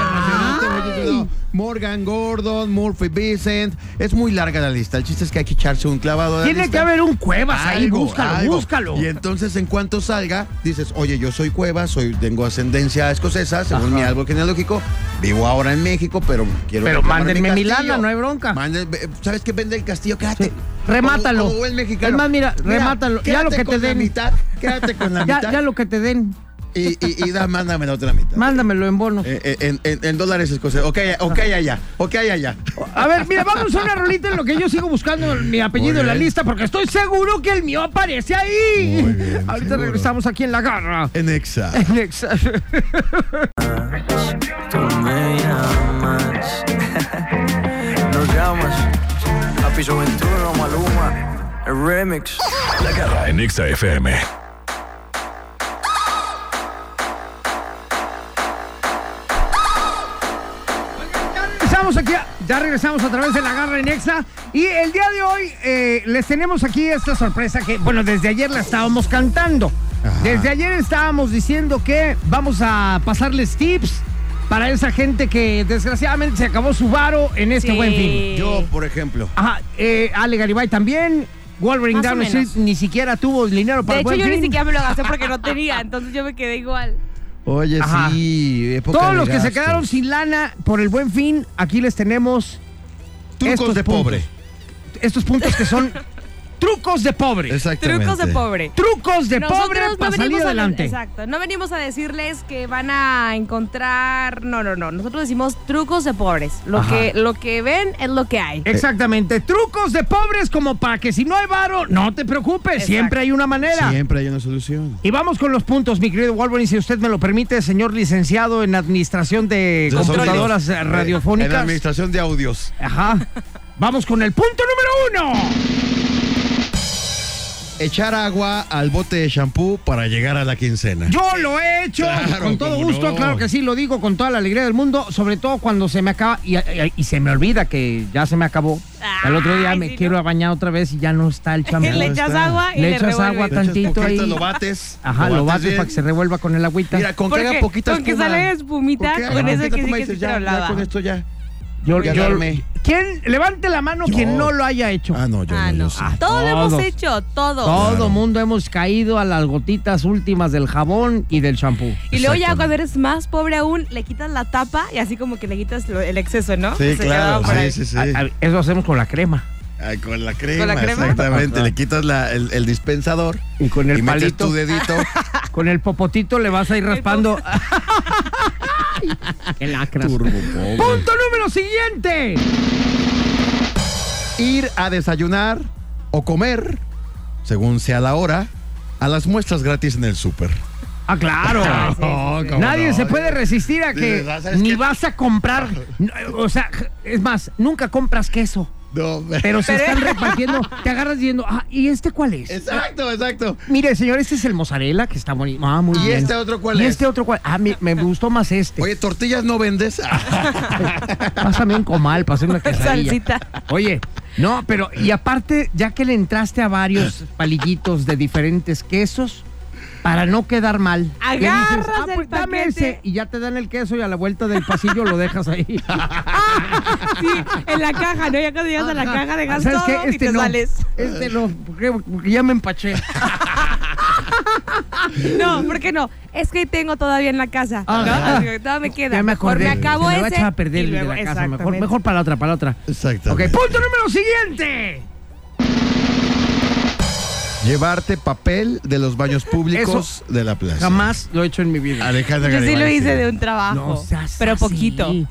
Speaker 3: emocionaste muchísimo. Morgan Gordon, Murphy Vincent. Es muy larga la lista. El chiste es que hay que echarse un clavado. a la
Speaker 1: Tiene que
Speaker 3: lista.
Speaker 1: haber un Cuevas ahí,
Speaker 3: Algo,
Speaker 1: búscalo,
Speaker 3: algo.
Speaker 1: búscalo.
Speaker 3: Y entonces, en cuanto salga, dices, oye, yo soy Cuevas, soy, tengo ascendencia escocesa, según mi árbol genealógico. Vivo ahora en México, pero quiero.
Speaker 1: Pero
Speaker 3: reclamar
Speaker 1: mándenme mi
Speaker 3: castillo.
Speaker 1: lana, no hay bronca.
Speaker 3: Mándenme- ¿Sabes qué? Vende el castillo, quédate.
Speaker 1: Remátalo.
Speaker 3: Como- como buen mexicano.
Speaker 1: Es más, mira, remátalo. Ya lo
Speaker 3: quédate
Speaker 1: que te
Speaker 3: con la
Speaker 1: den.
Speaker 3: mitad, quédate con la
Speaker 1: Ya,
Speaker 3: mitad.
Speaker 1: ya lo que te den,
Speaker 3: Y, y, y da, mándame la otra mitad.
Speaker 1: mándamelo en bono.
Speaker 3: Eh, eh, en, en- en dólares escoceses. Ok, ok, allá. Ok, allá.
Speaker 1: A ver, mira, vamos a una rolita en lo que yo sigo buscando mi apellido en la
Speaker 3: bien.
Speaker 1: lista porque estoy seguro que el mío aparece ahí.
Speaker 3: Muy bien,
Speaker 1: Ahorita
Speaker 3: seguro. Eh.
Speaker 1: regresamos aquí en la garra.
Speaker 3: En Exa.
Speaker 1: Exa.
Speaker 10: Tú me llamas, nos llamas. Happy Ventura, Maluma, el remix.
Speaker 5: La garra en Exa FM.
Speaker 1: Regresamos aquí, a- ya regresamos a través de la garra en Exa. Y el día de hoy eh, les tenemos aquí esta sorpresa que, bueno, desde ayer la estábamos cantando. Desde ayer estábamos diciendo que vamos a pasarles tips para esa gente que desgraciadamente se acabó su varo en este
Speaker 2: Sí.
Speaker 1: buen fin.
Speaker 3: Yo, por ejemplo.
Speaker 1: Ajá, eh, Ale Garibay también. Wolverine
Speaker 2: Más o
Speaker 1: Down
Speaker 2: menos.
Speaker 1: Street ni siquiera tuvo el dinero para
Speaker 2: De
Speaker 1: el
Speaker 2: hecho,
Speaker 1: buen
Speaker 2: yo ni
Speaker 1: fin.
Speaker 2: siquiera me lo gasté porque no tenía, entonces yo me quedé igual.
Speaker 3: Oye,
Speaker 1: Ajá.
Speaker 3: sí. época
Speaker 1: Todos
Speaker 3: de
Speaker 1: los que se
Speaker 3: gasto.
Speaker 1: quedaron sin lana por el buen fin, aquí les tenemos
Speaker 3: Trucos
Speaker 1: estos
Speaker 3: de
Speaker 1: puntos.
Speaker 3: pobre.
Speaker 1: estos puntos que son trucos de pobre.
Speaker 3: Exactamente.
Speaker 2: Trucos de pobre.
Speaker 1: Trucos de
Speaker 2: Nosotros
Speaker 1: pobre para salir
Speaker 2: venimos a-
Speaker 1: adelante.
Speaker 2: exacto. No venimos a decirles que van a encontrar. No, no, no. Nosotros decimos trucos de pobres. Lo,
Speaker 1: Ajá.
Speaker 2: que, lo que ven es lo que hay.
Speaker 1: Exactamente, trucos de pobres como para que si no hay varo, no te preocupes,
Speaker 2: Exacto.
Speaker 1: siempre hay una manera.
Speaker 3: Siempre hay una solución.
Speaker 1: Y vamos con los puntos, mi querido Wolverine, si usted me lo permite, señor licenciado en administración de computadoras eh,
Speaker 3: En
Speaker 1: radiofónicas.
Speaker 3: administración de audios.
Speaker 1: Ajá. Vamos con el punto número uno.
Speaker 3: Echar agua al bote de shampoo para llegar a la quincena.
Speaker 1: Yo lo he hecho
Speaker 3: Claro,
Speaker 1: con todo
Speaker 3: cómo
Speaker 1: gusto,
Speaker 3: no.
Speaker 1: claro que sí, lo digo con toda la alegría del mundo, sobre todo cuando se me acaba y, y- y se me olvida que ya se me acabó. Al otro día
Speaker 2: Ay,
Speaker 1: me
Speaker 2: sí,
Speaker 1: quiero
Speaker 2: no.
Speaker 1: a bañar otra vez y ya no está el champú.
Speaker 2: le echas
Speaker 3: está.
Speaker 2: agua y
Speaker 1: Le
Speaker 2: le,
Speaker 1: echas
Speaker 2: revuelves.
Speaker 1: agua
Speaker 3: Le echas
Speaker 1: tantito
Speaker 3: poquito,
Speaker 1: ahí.
Speaker 3: Lo bates.
Speaker 1: Ajá, lo bates
Speaker 3: bien.
Speaker 1: para que se revuelva con el agüita.
Speaker 3: Mira, con que haga
Speaker 2: Porque-
Speaker 3: poquita
Speaker 2: con que
Speaker 3: espuma.
Speaker 2: salga espumita,
Speaker 3: haga
Speaker 2: con
Speaker 3: poquita
Speaker 2: eso que sí
Speaker 3: espuma,
Speaker 2: que
Speaker 3: dices,
Speaker 2: sí te
Speaker 3: ya, ya
Speaker 2: hablaba.
Speaker 3: con esto ya.
Speaker 1: yo,
Speaker 3: ya
Speaker 1: yo-
Speaker 3: dormí.
Speaker 1: ¿Quién? Levante la mano
Speaker 3: Yo.
Speaker 1: quien no lo haya hecho.
Speaker 3: Ah, no, yo
Speaker 2: Ah,
Speaker 3: no.
Speaker 2: no.
Speaker 3: yo sí.
Speaker 2: Todo lo
Speaker 1: Todos.
Speaker 2: hemos hecho, todo.
Speaker 1: Todo
Speaker 3: Claro.
Speaker 1: mundo hemos caído a las gotitas últimas del jabón y del champú.
Speaker 2: Y luego ya
Speaker 3: Exactamente.
Speaker 2: cuando eres más pobre aún, le quitas la tapa y así como que le quitas lo- el exceso, ¿no?
Speaker 3: Sí,
Speaker 2: Se quedaba
Speaker 3: claro.
Speaker 2: por ahí.
Speaker 3: Sí, sí, sí.
Speaker 1: A- a- Eso hacemos con la crema.
Speaker 3: Ay, con la crema.
Speaker 2: ¿Con la crema?
Speaker 3: Exactamente.
Speaker 1: Ajá.
Speaker 3: Le quitas la- el, el dispensador.
Speaker 1: Y con el
Speaker 3: y metes
Speaker 1: palito.
Speaker 3: tu dedito.
Speaker 1: Con el popotito le vas a ir raspando. ¡Qué lacras! ¡Punto número siguiente!
Speaker 3: ir a desayunar o comer, según sea la hora, a las muestras gratis en el súper.
Speaker 1: ¡Ah, claro! Oh, Nadie se puede resistir a que
Speaker 3: Dices, "Ah, ¿sabes
Speaker 1: ni
Speaker 3: qué?".
Speaker 1: vas a comprar. n- O sea, es más, nunca compras queso.
Speaker 3: No,
Speaker 1: Pero se están repartiendo, te agarras diciendo, ah, ¿y este cuál es?
Speaker 3: exacto, exacto.
Speaker 1: Mire, señor, este es el mozzarella que está bonito. Ah, muy
Speaker 3: ¿Y
Speaker 1: bien.
Speaker 3: este otro cuál
Speaker 1: ¿Y
Speaker 3: es?
Speaker 1: este otro cuál? Ah, me, me gustó más este.
Speaker 3: Oye, tortillas no vendes.
Speaker 1: Pásame un comal, pásame una quesadilla.
Speaker 2: Salsita.
Speaker 1: Oye, no, pero y aparte, ya que le entraste a varios palillitos de diferentes quesos, para no quedar mal, le dices,
Speaker 2: Agarras
Speaker 1: ah,
Speaker 2: el
Speaker 1: pues dame
Speaker 2: paquete".
Speaker 1: ese y ya te dan el queso y a la vuelta del pasillo lo dejas ahí.
Speaker 2: Sí, en la caja, ¿no? Ya cuando llegas a la caja, dejas
Speaker 1: ¿Sabes
Speaker 2: todo
Speaker 1: qué? Este
Speaker 2: y te
Speaker 1: no,
Speaker 2: sales.
Speaker 1: Este no, porque, porque ya me empaché.
Speaker 2: No, ¿por qué no? Es que tengo todavía en la casa.
Speaker 1: Ah,
Speaker 2: ¿no?
Speaker 1: ah.
Speaker 2: Así que todavía me queda.
Speaker 1: ya me
Speaker 2: Mejor
Speaker 1: acordé.
Speaker 2: me
Speaker 1: Se
Speaker 2: acabo
Speaker 1: me
Speaker 2: ese.
Speaker 1: va a echar a perder
Speaker 2: y
Speaker 1: el de
Speaker 2: luego-
Speaker 1: la casa. Mejor,
Speaker 2: exactamente.
Speaker 1: mejor para la otra, para la otra.
Speaker 3: exacto.
Speaker 1: Ok, punto número siguiente.
Speaker 3: Llevarte papel de los baños públicos de la plaza.
Speaker 1: Jamás lo he hecho en mi vida.
Speaker 3: Alejandra
Speaker 2: Yo sí
Speaker 3: Garibay,
Speaker 2: lo hice
Speaker 3: sí.
Speaker 2: de un trabajo,
Speaker 1: No seas
Speaker 2: pero
Speaker 1: así.
Speaker 2: poquito.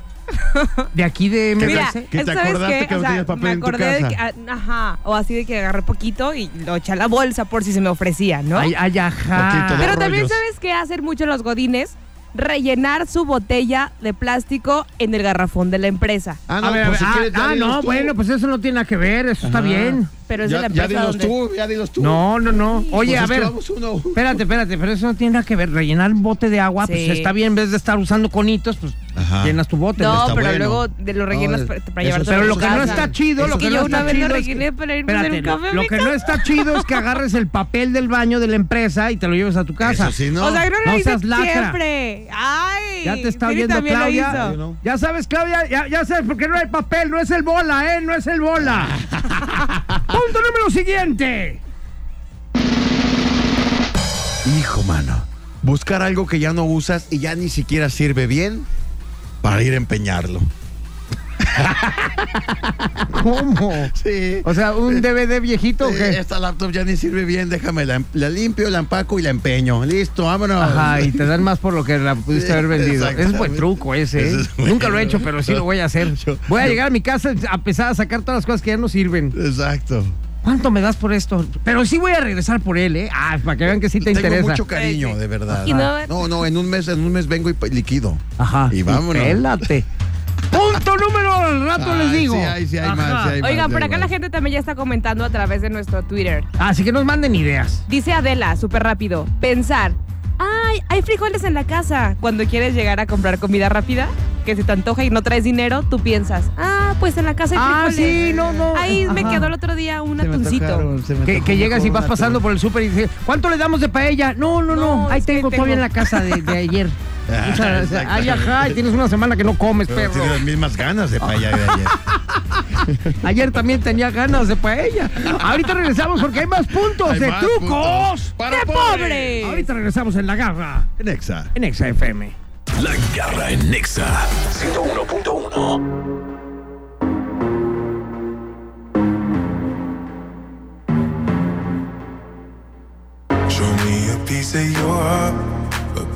Speaker 1: De aquí de
Speaker 3: ¿Qué
Speaker 2: Mira,
Speaker 3: tal?
Speaker 1: MBC.
Speaker 3: ¿Que te
Speaker 2: es- ¿sabes
Speaker 3: acordaste
Speaker 2: qué?
Speaker 3: que
Speaker 2: O
Speaker 3: no
Speaker 2: sea,
Speaker 3: tenías papel
Speaker 2: me
Speaker 3: en tu
Speaker 2: acordé de que,
Speaker 3: casa?
Speaker 2: ah, ajá, o así de que agarré poquito y lo eché a la bolsa por si se me ofrecía, ¿no?
Speaker 1: Ay, ay, ajá.
Speaker 3: Poquito de
Speaker 2: Pero también
Speaker 3: rollos.
Speaker 2: sabes qué hacen mucho los godines, rellenar su botella de plástico en el garrafón de la empresa.
Speaker 3: Ah,
Speaker 1: A
Speaker 3: no,
Speaker 1: ver, a
Speaker 3: pues si
Speaker 1: ver, ah,
Speaker 3: quieres, Ah. ya
Speaker 1: ah,
Speaker 3: dinos
Speaker 1: no,
Speaker 3: tú.
Speaker 1: bueno, pues eso no tiene nada que ver, eso está
Speaker 3: Ajá.
Speaker 1: bien.
Speaker 2: pero es
Speaker 3: ya,
Speaker 2: de la
Speaker 3: ya
Speaker 2: empresa
Speaker 3: dinos
Speaker 2: donde-
Speaker 3: tú, ya dinos tú.
Speaker 1: No, no, no. Oye,
Speaker 3: Pues
Speaker 1: a
Speaker 3: es que
Speaker 1: ver.
Speaker 3: vamos uno a uno.
Speaker 1: Espérate, espérate, pero eso no tiene nada que ver. Rellenar un bote de agua,
Speaker 2: Sí.
Speaker 1: pues está bien, en vez de estar usando conitos, pues
Speaker 3: Ajá.
Speaker 1: llenas tu bote.
Speaker 2: No, pues
Speaker 3: está
Speaker 2: pero
Speaker 3: bueno.
Speaker 2: luego de lo rellenas
Speaker 3: No,
Speaker 2: para, para
Speaker 3: eso
Speaker 2: llevar
Speaker 3: está
Speaker 1: Pero
Speaker 3: en
Speaker 1: lo
Speaker 3: tu
Speaker 1: que no
Speaker 3: casa.
Speaker 1: está chido,
Speaker 2: Es
Speaker 1: lo
Speaker 2: que
Speaker 1: que, no
Speaker 2: yo una
Speaker 1: está
Speaker 2: vez
Speaker 1: chido
Speaker 2: lo
Speaker 1: es que-
Speaker 2: rellené para irme a hacer un
Speaker 1: Espérate,
Speaker 2: café a
Speaker 1: lo
Speaker 2: mi
Speaker 1: que no está chido es que agarres el papel del baño de la empresa y te lo lleves a tu casa.
Speaker 3: Eso sí, no.
Speaker 2: O sea, que no lo
Speaker 1: No
Speaker 2: hice
Speaker 1: seas lacra.
Speaker 2: siempre. Ay.
Speaker 1: Ya te está
Speaker 2: Viri
Speaker 1: oyendo
Speaker 2: también lo
Speaker 1: Claudia.
Speaker 2: hizo.
Speaker 1: Ya sabes, Claudia, ya, ya sabes por qué no hay papel, no es el bola, ¿eh? No es el bola. Punto número siguiente.
Speaker 3: Hijo, mano. Buscar algo que ya no usas y ya ni siquiera sirve bien para ir a empeñarlo.
Speaker 1: ¿Cómo?
Speaker 3: Sí.
Speaker 1: O sea, un DVD viejito o
Speaker 3: Sí,
Speaker 1: qué?
Speaker 3: Esta laptop ya ni sirve bien, déjame la, la limpio, la empaco y la empeño. Listo, vámonos.
Speaker 1: Ajá, y te dan más por lo que la pudiste haber vendido. Es buen
Speaker 3: Exactamente.
Speaker 1: truco ese. ¿eh?
Speaker 3: Ese es bueno.
Speaker 1: Nunca lo he hecho, pero sí lo voy a hacer.
Speaker 3: Yo-
Speaker 1: Voy a
Speaker 3: yo-
Speaker 1: llegar a mi casa a empezar a sacar todas las cosas que ya no sirven.
Speaker 3: Exacto.
Speaker 1: ¿Cuánto me das por esto? Pero sí voy a regresar por él, ¿eh? Ah, para que vean que sí te
Speaker 3: Tengo
Speaker 1: interesa.
Speaker 3: mucho cariño, de verdad.
Speaker 2: Y no- eh.
Speaker 3: No, no, en un mes, en un mes vengo y pa- liquido.
Speaker 1: Ajá.
Speaker 3: Y vámonos.
Speaker 1: Pélate. Punto número, al rato les
Speaker 3: Ay,
Speaker 1: digo.
Speaker 3: Sí, hay, sí, hay más, sí hay más,
Speaker 2: Oigan,
Speaker 3: sí
Speaker 2: por
Speaker 3: hay
Speaker 2: acá la
Speaker 3: más.
Speaker 2: gente también ya está comentando a través de nuestro Twitter.
Speaker 1: Así que nos manden ideas.
Speaker 2: Dice Adela, súper rápido, pensar. Ay, hay frijoles en la casa. Cuando quieres llegar a comprar comida rápida, que se te antoja y no traes dinero, tú piensas, ah, pues en la casa hay
Speaker 1: Ah,
Speaker 2: frijoles.
Speaker 1: sí, no, no.
Speaker 2: Ahí me
Speaker 1: Ajá.
Speaker 2: quedó el otro día un atuncito.
Speaker 3: Tocaron, se me
Speaker 1: Que,
Speaker 3: tocó
Speaker 1: que llegas y
Speaker 3: una
Speaker 1: vas
Speaker 3: torta.
Speaker 1: pasando por el súper y dices, ¿cuánto le damos de paella? No, no, no,
Speaker 2: No,
Speaker 1: ahí
Speaker 2: es que
Speaker 1: tengo,
Speaker 2: tengo.
Speaker 1: todavía en la casa de, de ayer.
Speaker 3: Ah,
Speaker 1: O sea, o sea, ay,
Speaker 3: exactamente.
Speaker 1: ajá, y tienes una semana que no comes,
Speaker 3: Pero
Speaker 1: perro.
Speaker 3: tiene las mismas ganas de para allá de ayer.
Speaker 1: Ayer también tenía ganas de paella. Ahorita regresamos porque hay más puntos
Speaker 3: Hay
Speaker 1: de
Speaker 3: más
Speaker 1: trucos
Speaker 3: puntos para
Speaker 1: de
Speaker 3: pobres.
Speaker 1: pobres. Ahorita regresamos en la garra
Speaker 3: En Exa.
Speaker 1: en Exa FM.
Speaker 5: La garra en Nexa.
Speaker 4: 101.1.
Speaker 9: Show me a piece of your heart, a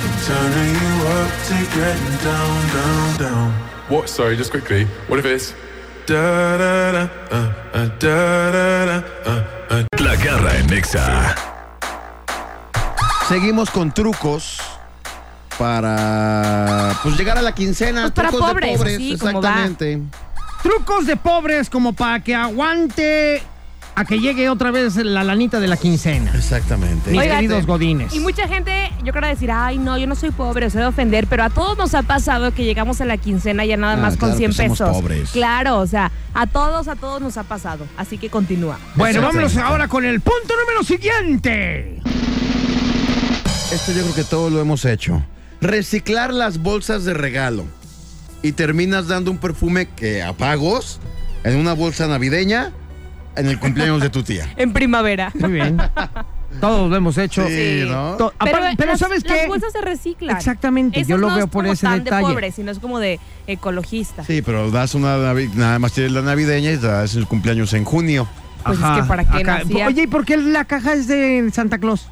Speaker 9: I'm turning you up to getting down, down, down.
Speaker 5: What? Sorry, just quickly. What if it's
Speaker 9: Da da da, uh, uh, da da da, uh, uh.
Speaker 5: La garra en Nexa.
Speaker 3: Seguimos con trucos para pues llegar a la quincena.
Speaker 2: Pues para
Speaker 3: trucos de
Speaker 2: pobres, sí, como va.
Speaker 3: exactamente.
Speaker 1: Trucos de pobres como para que aguante a que llegue otra vez la lanita de la quincena.
Speaker 3: Exactamente.
Speaker 1: Mis
Speaker 2: Oigan,
Speaker 1: queridos godines.
Speaker 2: Y mucha gente, yo creo decir, ay, no, yo no soy pobre, soy de ofender, pero a todos nos ha pasado que llegamos a la quincena ya nada
Speaker 3: Ah,
Speaker 2: más
Speaker 3: claro
Speaker 2: con 100
Speaker 3: que somos
Speaker 2: pesos.
Speaker 3: pobres.
Speaker 2: Claro, o sea, a todos, a todos nos ha pasado. Así que continúa.
Speaker 1: Bueno,
Speaker 3: Exactamente.
Speaker 1: vámonos ahora con el punto número siguiente.
Speaker 3: Esto yo creo que todos lo hemos hecho. Reciclar las bolsas de regalo. Y terminas dando un perfume que apagos en una bolsa navideña en el cumpleaños de tu tía.
Speaker 2: En primavera.
Speaker 1: Muy bien. Todos lo hemos hecho.
Speaker 3: Sí, ¿no?
Speaker 1: To- apar- Pero,
Speaker 2: las-
Speaker 1: ¿sabes
Speaker 2: Las
Speaker 1: qué?
Speaker 2: bolsas se reciclan.
Speaker 1: Exactamente,
Speaker 2: Esas
Speaker 1: yo lo
Speaker 2: no
Speaker 1: veo
Speaker 2: es
Speaker 1: por
Speaker 2: como
Speaker 1: ese
Speaker 2: tan
Speaker 1: detalle.
Speaker 2: de pobre, sino es como de ecologista.
Speaker 3: Sí, pero das una navi- nada más tienes la navideña y das el cumpleaños en junio.
Speaker 2: Pues es que para qué nacía.
Speaker 1: Oye, ¿y por qué la caja es de Santa Claus?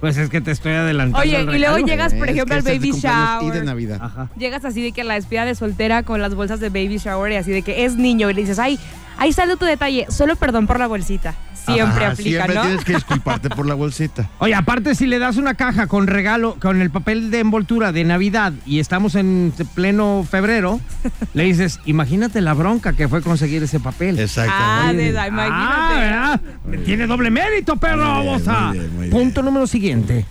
Speaker 1: Pues es que te estoy adelantando.
Speaker 2: Oye,
Speaker 1: el
Speaker 2: y luego
Speaker 1: regalo.
Speaker 2: llegas, por
Speaker 3: Es
Speaker 2: ejemplo,
Speaker 3: que
Speaker 2: al
Speaker 3: ese es de
Speaker 2: baby
Speaker 3: cumpleaños Y de
Speaker 2: shower.
Speaker 3: Navidad.
Speaker 1: Ajá.
Speaker 2: Llegas así de que la despida de soltera con las bolsas de baby shower y así de que es niño y le dices, ay, ahí sale tu detalle, solo perdón por la bolsita. Siempre
Speaker 3: Ajá,
Speaker 2: aplica,
Speaker 3: siempre
Speaker 2: ¿no?
Speaker 3: tienes que disculparte por la bolsita.
Speaker 1: Oye, aparte si le das una caja con regalo, con el papel de envoltura de Navidad y estamos en pleno febrero, le dices, imagínate la bronca que fue conseguir ese papel.
Speaker 2: Ah,
Speaker 3: Exactamente.
Speaker 2: de la- imagínate.
Speaker 1: Ah, ¿verdad? Tiene doble mérito, perro,
Speaker 3: Muy bien,
Speaker 1: bosa.
Speaker 3: muy bien, muy bien.
Speaker 1: Punto número siguiente.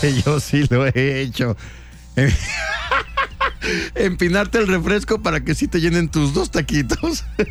Speaker 3: Que Yo sí lo he hecho. Em- Empinarte el refresco para que sí te llenen tus dos taquitos. te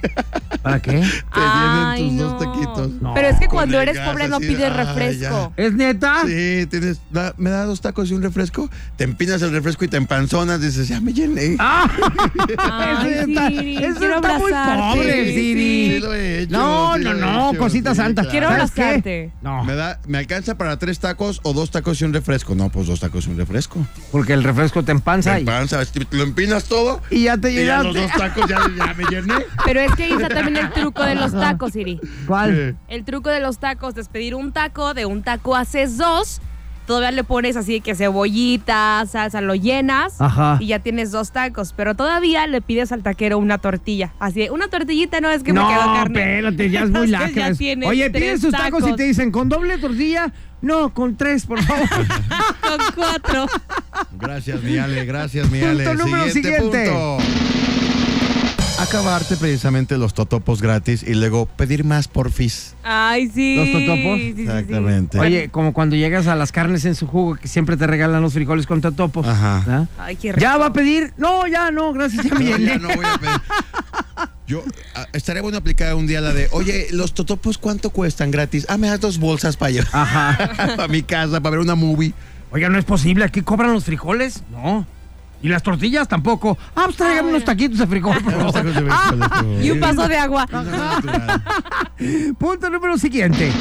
Speaker 1: ¿Para qué?
Speaker 2: Ay,
Speaker 3: llenen tus
Speaker 2: no.
Speaker 3: dos taquitos.
Speaker 1: No.
Speaker 2: Pero es que
Speaker 3: Con
Speaker 2: cuando
Speaker 3: el
Speaker 2: eres
Speaker 3: gas
Speaker 2: pobre no
Speaker 3: así de,
Speaker 2: pides
Speaker 3: "Ay,
Speaker 2: refresco.
Speaker 1: ¿Es neta?
Speaker 3: Sí, tienes, da- me da dos tacos y un refresco. Te empinas el refresco y te empanzonas. Dices, ya me llené.
Speaker 1: Ah,
Speaker 2: Ay,
Speaker 1: eso está,
Speaker 2: Siri,
Speaker 1: eso
Speaker 2: quiero
Speaker 1: está muy
Speaker 2: abrazarte.
Speaker 1: pobre,
Speaker 3: Sí,
Speaker 1: Siri.
Speaker 3: sí lo he hecho,
Speaker 1: no,
Speaker 3: sí
Speaker 1: no,
Speaker 3: lo he
Speaker 1: no,
Speaker 3: hecho,
Speaker 1: cosita
Speaker 3: sí,
Speaker 1: santa.
Speaker 3: claro.
Speaker 2: Quiero
Speaker 1: ¿Sabes qué?
Speaker 2: abrazarte.
Speaker 1: No,
Speaker 3: Me, da, me alcanza para tres tacos o dos tacos y un refresco. No, pues dos tacos y un refresco.
Speaker 1: porque el refresco te empanza
Speaker 3: Te empanzas, te- lo empinas todo.
Speaker 1: y, y ya te
Speaker 3: Y ya los
Speaker 1: llenaste.
Speaker 3: dos tacos ya, ya me llené.
Speaker 2: Pero es que ahí está también el truco de los tacos, Siri.
Speaker 1: ¿Cuál?
Speaker 2: El truco de los tacos es pedir un taco, de un taco haces dos, todavía le pones así de que cebollita, salsa, lo llenas
Speaker 1: Ajá.
Speaker 2: y ya tienes dos tacos. Pero todavía le pides al taquero una tortilla. Así de, una tortillita no es que
Speaker 1: no,
Speaker 2: me quedó carne.
Speaker 1: espérate, ya es muy
Speaker 2: Entonces
Speaker 1: lacra.
Speaker 2: ya
Speaker 1: eso.
Speaker 2: tienes
Speaker 1: Oye,
Speaker 2: tres
Speaker 1: pides sus tacos. y
Speaker 2: tacos.
Speaker 1: te dicen, ¿con doble tortilla? No, con tres, por favor.
Speaker 2: Con cuatro.
Speaker 3: Gracias, mi Ale, gracias, mi Ale.
Speaker 1: Punto número siguiente.
Speaker 3: punto. Acabarte precisamente los totopos gratis y luego pedir más porfis.
Speaker 2: Ay, sí.
Speaker 1: ¿Los totopos?
Speaker 2: Sí, sí, sí.
Speaker 3: Exactamente.
Speaker 1: Oye, como cuando llegas a las carnes en su jugo, que siempre te regalan los frijoles con totopos.
Speaker 3: Ajá.
Speaker 1: ¿verdad?
Speaker 2: Ay, qué rico.
Speaker 1: ¿Ya va a pedir? No, ya no, gracias, ya me
Speaker 3: No, ya
Speaker 1: llené.
Speaker 3: no voy a pedir. Yo ah, estaría bueno aplicar un día la de, oye, los totopos cuánto cuestan gratis. Ah, me das dos bolsas para yo. para mi casa, para ver una movie.
Speaker 1: Oiga, no es posible, aquí cobran los frijoles. No. Y las tortillas tampoco. Ah, pues tráigame unos taquitos de frijol, por favor.
Speaker 3: Ah,
Speaker 2: Y un vaso de agua.
Speaker 1: Ah. Punto número siguiente.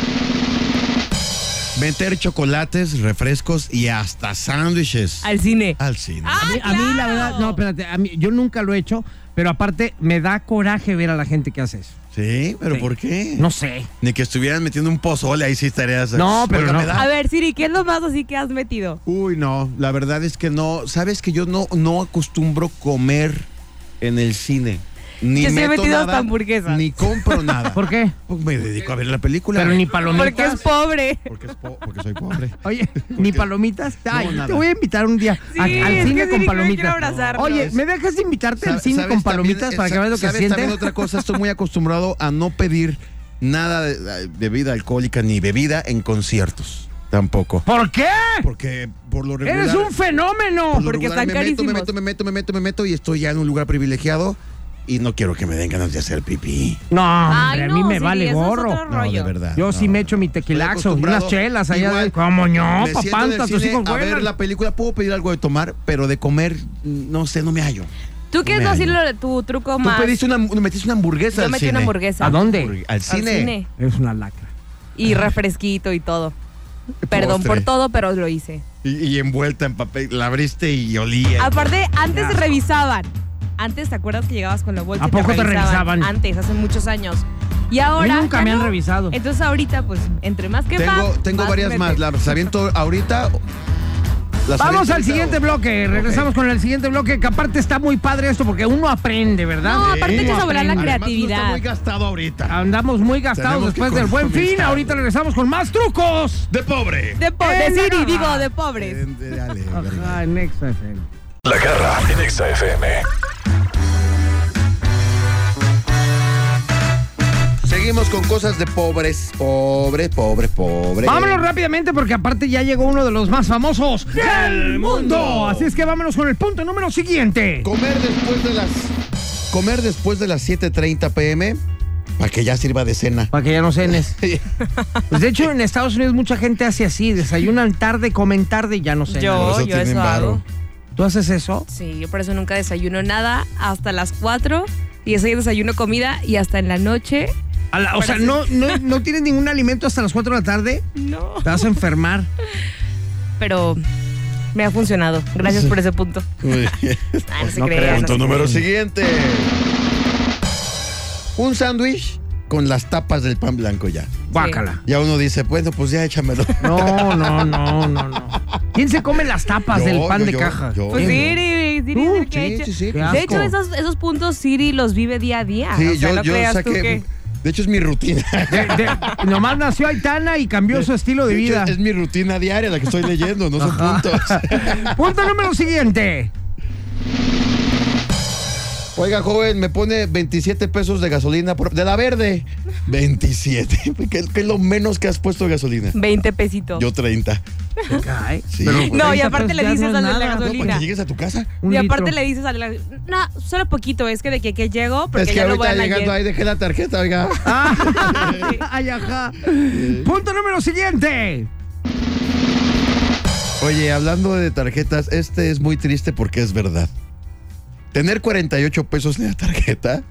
Speaker 3: Meter chocolates, refrescos y hasta sándwiches
Speaker 2: Al cine.
Speaker 3: al cine.
Speaker 1: A
Speaker 2: Ah,
Speaker 1: mí, a mí, la verdad, no, espérate, a mí, yo nunca lo he hecho, pero aparte me da coraje ver a la gente que hace eso.
Speaker 3: Sí, pero
Speaker 1: Sí.
Speaker 3: ¿por qué?
Speaker 1: No sé.
Speaker 3: Ni que estuvieran metiendo un pozole, ahí sí estarías.
Speaker 1: No, pero
Speaker 3: Oiga,
Speaker 1: no.
Speaker 3: ¿me da?
Speaker 2: A ver, Siri, ¿qué es lo más así que has metido?
Speaker 3: Uy, no, la verdad es que no. Sabes que yo no, no acostumbro comer en el cine. Ni
Speaker 2: Yo sí he
Speaker 3: meto
Speaker 2: metido
Speaker 3: nada,
Speaker 2: hasta hamburguesas.
Speaker 3: Ni compro nada.
Speaker 1: ¿Por qué?
Speaker 3: Pues me dedico a ver la película.
Speaker 1: Pero ni palomitas.
Speaker 2: Porque es pobre.
Speaker 3: Porque, es po- porque soy pobre.
Speaker 1: Oye, ni palomitas. Ay,
Speaker 3: nada.
Speaker 1: te voy a invitar un día a-
Speaker 2: Sí,
Speaker 1: al
Speaker 2: es
Speaker 1: cine
Speaker 2: que sí,
Speaker 1: con
Speaker 2: yo quiero
Speaker 1: palomitas.
Speaker 2: abrazarlos.
Speaker 1: Oye, ¿me dejas de invitarte al
Speaker 3: ¿Sabes
Speaker 1: cine con
Speaker 3: también-
Speaker 1: palomitas
Speaker 3: eh,
Speaker 1: para que
Speaker 3: sa-
Speaker 1: veas lo que
Speaker 3: ¿sabes también
Speaker 1: sientes?
Speaker 3: otra cosa, estoy muy acostumbrado a no pedir nada de, de bebida alcohólica ni bebida en conciertos. Tampoco.
Speaker 1: ¿Por qué?
Speaker 3: Porque por lo regular.
Speaker 1: Eres un fenómeno.
Speaker 3: por lo
Speaker 2: porque
Speaker 3: regular
Speaker 2: están
Speaker 3: me meto, me
Speaker 2: carísimos.
Speaker 3: meto, me meto, me meto, me meto y estoy ya en un lugar privilegiado y no quiero que me den ganas de hacer pipí.
Speaker 1: No,
Speaker 2: Ay,
Speaker 1: hombre, a mí
Speaker 2: no,
Speaker 1: me
Speaker 2: Siri,
Speaker 1: vale
Speaker 2: eso es otro
Speaker 1: gorro.
Speaker 3: No, de
Speaker 2: rollo.
Speaker 3: verdad.
Speaker 1: Yo
Speaker 3: no,
Speaker 1: sí me echo mi tequilaxo,
Speaker 3: Estoy acostumbrado.
Speaker 1: unas chelas allá
Speaker 3: Igual,
Speaker 1: de. ¿Cómo no,
Speaker 3: me siento
Speaker 1: papá?
Speaker 3: en el
Speaker 1: Tus
Speaker 3: cine
Speaker 1: hijos
Speaker 3: a ver
Speaker 1: vuelan.
Speaker 3: la película, puedo pedir algo de tomar, pero de comer, no sé, no me hallo.
Speaker 2: ¿Tú qué es
Speaker 3: Me
Speaker 2: lo- así
Speaker 3: hallo.
Speaker 2: lo- tu truco
Speaker 3: Tú
Speaker 2: más?
Speaker 3: pediste una, metiste una hamburguesa
Speaker 2: Yo
Speaker 3: al
Speaker 2: metí
Speaker 3: cine.
Speaker 2: una hamburguesa.
Speaker 1: ¿A dónde?
Speaker 3: Hamburg- Al
Speaker 2: Al
Speaker 3: cine. Ah.
Speaker 2: cine.
Speaker 1: Es una lacra.
Speaker 2: Y refresquito y todo. Perdón
Speaker 3: Postre.
Speaker 2: por todo, pero lo hice.
Speaker 3: Y, y envuelta en papel, la abriste y olía.
Speaker 2: Aparte, antes te revisaban. Antes, ¿te acuerdas que llegabas con la bolsa?
Speaker 1: ¿A
Speaker 2: y
Speaker 1: poco te revisaban?
Speaker 2: Antes, hace muchos años. Y ahora.
Speaker 1: nunca
Speaker 2: ya
Speaker 1: me han revisado.
Speaker 2: Entonces, ahorita, pues, entre más que
Speaker 3: tengo
Speaker 2: más,
Speaker 3: tengo varias
Speaker 2: metes.
Speaker 3: más, las aviento ahorita. las
Speaker 1: Vamos
Speaker 3: aviento
Speaker 1: al
Speaker 3: ahorita
Speaker 1: siguiente
Speaker 3: o-
Speaker 1: bloque. Regresamos con el siguiente bloque, que aparte está muy padre esto porque uno aprende, ¿verdad?
Speaker 2: No, aparte
Speaker 1: Uno
Speaker 2: echas a volar la
Speaker 1: aprende.
Speaker 2: creatividad.
Speaker 3: Además, no está muy gastado ahorita.
Speaker 1: Andamos muy gastados
Speaker 3: Tenemos que
Speaker 1: después del buen fin.
Speaker 3: economizar.
Speaker 1: Ahorita regresamos con más trucos.
Speaker 3: De pobre.
Speaker 2: De, po-
Speaker 1: En
Speaker 2: de
Speaker 1: la
Speaker 2: Siri,
Speaker 1: garra.
Speaker 2: digo, de pobres.
Speaker 3: Eh, dale,
Speaker 1: Ajá, en Nexa FM.
Speaker 5: La garra en Exa FM.
Speaker 3: Seguimos con cosas de pobres, pobres, pobres, pobres.
Speaker 1: Vámonos rápidamente porque aparte ya llegó uno de los más famosos del mundo. Así es que vámonos con el punto número siguiente.
Speaker 3: Comer después de las comer después de las 7:30 p.m. para que ya sirva de cena.
Speaker 1: Para que ya no cenes. Pues de hecho en Estados Unidos mucha gente hace así, desayunan tarde, comen tarde y ya no cenan.
Speaker 2: Yo,
Speaker 3: Por eso
Speaker 2: yo
Speaker 3: tienen
Speaker 2: eso
Speaker 3: varo.
Speaker 2: hago.
Speaker 1: ¿Tú haces eso?
Speaker 2: Sí, yo por eso nunca desayuno nada hasta las 4. Y eso yo desayuno comida y hasta en la noche.
Speaker 1: A la- o sea, no, no, no tienes ningún alimento hasta las 4 de la tarde.
Speaker 2: No.
Speaker 1: Te vas a enfermar.
Speaker 2: Pero me ha funcionado. Gracias por ese punto.
Speaker 3: Pues
Speaker 2: Ah, no se
Speaker 1: no
Speaker 2: crean.
Speaker 3: Punto número siguiente. Un sándwich con las tapas del pan blanco ya.
Speaker 1: Guácala.
Speaker 3: Ya uno dice, bueno, pues ya échamelo.
Speaker 1: No, no, no, no, no. ¿Quién se come las tapas
Speaker 3: Yo,
Speaker 1: del pan
Speaker 3: yo,
Speaker 1: de
Speaker 3: yo,
Speaker 1: caja?
Speaker 3: yo.
Speaker 2: Pues
Speaker 3: Sí,
Speaker 2: Siri, Siri es
Speaker 1: Uh,
Speaker 2: el que ha
Speaker 3: sí,
Speaker 2: hecho.
Speaker 3: sí, sí,
Speaker 1: Qué
Speaker 3: pues
Speaker 2: De
Speaker 1: asco.
Speaker 2: hecho, esos, esos puntos Siri los vive día a día.
Speaker 3: Sí,
Speaker 2: O sea,
Speaker 3: yo,
Speaker 2: no
Speaker 3: yo
Speaker 2: creas tú
Speaker 3: saqué.
Speaker 2: que-
Speaker 3: De hecho, es mi rutina.
Speaker 1: De- de- nomás nació Aitana y cambió su estilo de
Speaker 3: De hecho,
Speaker 1: vida.
Speaker 3: es mi rutina diaria la que estoy leyendo, no son puntos.
Speaker 1: Punto número siguiente.
Speaker 3: Oiga, joven, me pone 27 pesos de gasolina por- de la verde. 27. ¿Qué, qué es lo menos que has puesto de gasolina?
Speaker 2: 20 pesitos.
Speaker 3: Yo 30. Sí.
Speaker 1: Pero
Speaker 2: No, y
Speaker 1: 30
Speaker 2: aparte
Speaker 1: pesos pues
Speaker 2: le
Speaker 1: ya
Speaker 2: dices
Speaker 1: no es
Speaker 2: al de la
Speaker 1: nada.
Speaker 3: No, para
Speaker 2: gasolina.
Speaker 3: que llegues a tu casa.
Speaker 1: Un
Speaker 2: y aparte
Speaker 1: litro.
Speaker 2: le dices al de la No, solo poquito, es que de que, que llego, porque
Speaker 3: es que
Speaker 2: ya lo
Speaker 3: ahorita
Speaker 2: van
Speaker 3: llegando
Speaker 2: ayer.
Speaker 3: ahí dejé la tarjeta, oiga.
Speaker 1: Ah, ay, ajá. Punto número siguiente.
Speaker 3: Oye, hablando de tarjetas, este es muy triste porque es verdad. Tener 48 pesos en la tarjeta,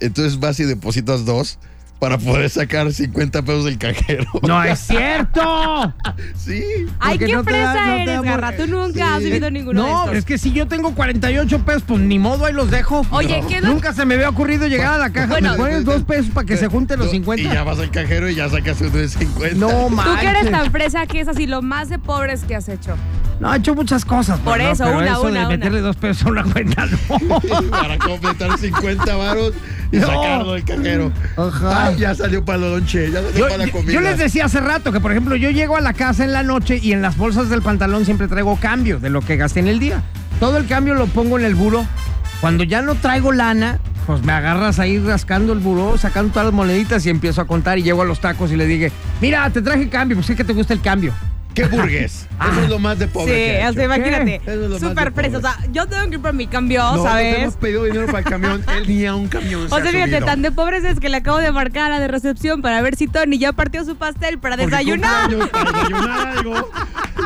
Speaker 3: entonces vas y depositas dos para poder sacar 50 pesos del cajero.
Speaker 1: ¡No es cierto!
Speaker 3: sí.
Speaker 2: Ay,
Speaker 1: Porque
Speaker 2: qué
Speaker 1: no te da-
Speaker 2: fresa
Speaker 1: no te
Speaker 2: eres,
Speaker 1: da por-
Speaker 2: Garra. Tú nunca has vivido ninguno de
Speaker 1: No,
Speaker 2: estos.
Speaker 1: es que si yo tengo 48 pesos, pues ni modo, ahí los dejo.
Speaker 2: Oye, ¿qué edad-
Speaker 1: Nunca se me había ocurrido llegar a la caja.
Speaker 2: Bueno.
Speaker 1: me pones dos pesos para que se junten los 50.
Speaker 3: Y ya vas al cajero y ya sacas uno de 50.
Speaker 1: No,
Speaker 2: Tú que eres
Speaker 1: manches.
Speaker 2: tan fresa que es así lo más de pobres que has hecho.
Speaker 1: No, he hecho muchas cosas.
Speaker 2: Por
Speaker 1: pero no,
Speaker 2: eso,
Speaker 1: pero
Speaker 2: una,
Speaker 1: eso
Speaker 2: una,
Speaker 1: de
Speaker 2: una.
Speaker 1: meterle dos pesos a una cuenta, no.
Speaker 3: Para completar 50 varos y
Speaker 1: No.
Speaker 3: sacarlo del cajero.
Speaker 1: Ajá.
Speaker 3: Ay, ya salió para el lonche, ya salió
Speaker 1: Yo,
Speaker 3: para la comida.
Speaker 1: yo les decía hace rato que, por ejemplo, yo llego a la casa en la noche y en las bolsas del pantalón siempre traigo cambio de lo que gasté en el día. Todo el cambio lo pongo en el buro. Cuando ya no traigo lana, pues me agarras ahí rascando el buró, sacando todas las moneditas y empiezo a contar y llego a los tacos y le dije, mira, te traje cambio, pues sí que te gusta el cambio.
Speaker 3: ¿Qué burgués? Eso es lo más de pobre.
Speaker 2: Ah. Sí,
Speaker 3: que ha
Speaker 2: o sea,
Speaker 3: hecho.
Speaker 2: imagínate.
Speaker 3: Eso es lo más de
Speaker 2: Súper
Speaker 3: pobre.
Speaker 2: fresa. O sea, yo tengo que ir por mi cambio,
Speaker 3: No, no te
Speaker 2: ¿sabes?
Speaker 3: hemos pedido dinero para el camión. Él ni a un camión.
Speaker 2: O sea, fíjate,
Speaker 3: Pues subido.
Speaker 2: tan de pobres es que le acabo de marcar a la de recepción para ver si Tony ya partió su pastel para
Speaker 3: Porque
Speaker 2: desayunar.
Speaker 3: cumpleaños para desayunar algo.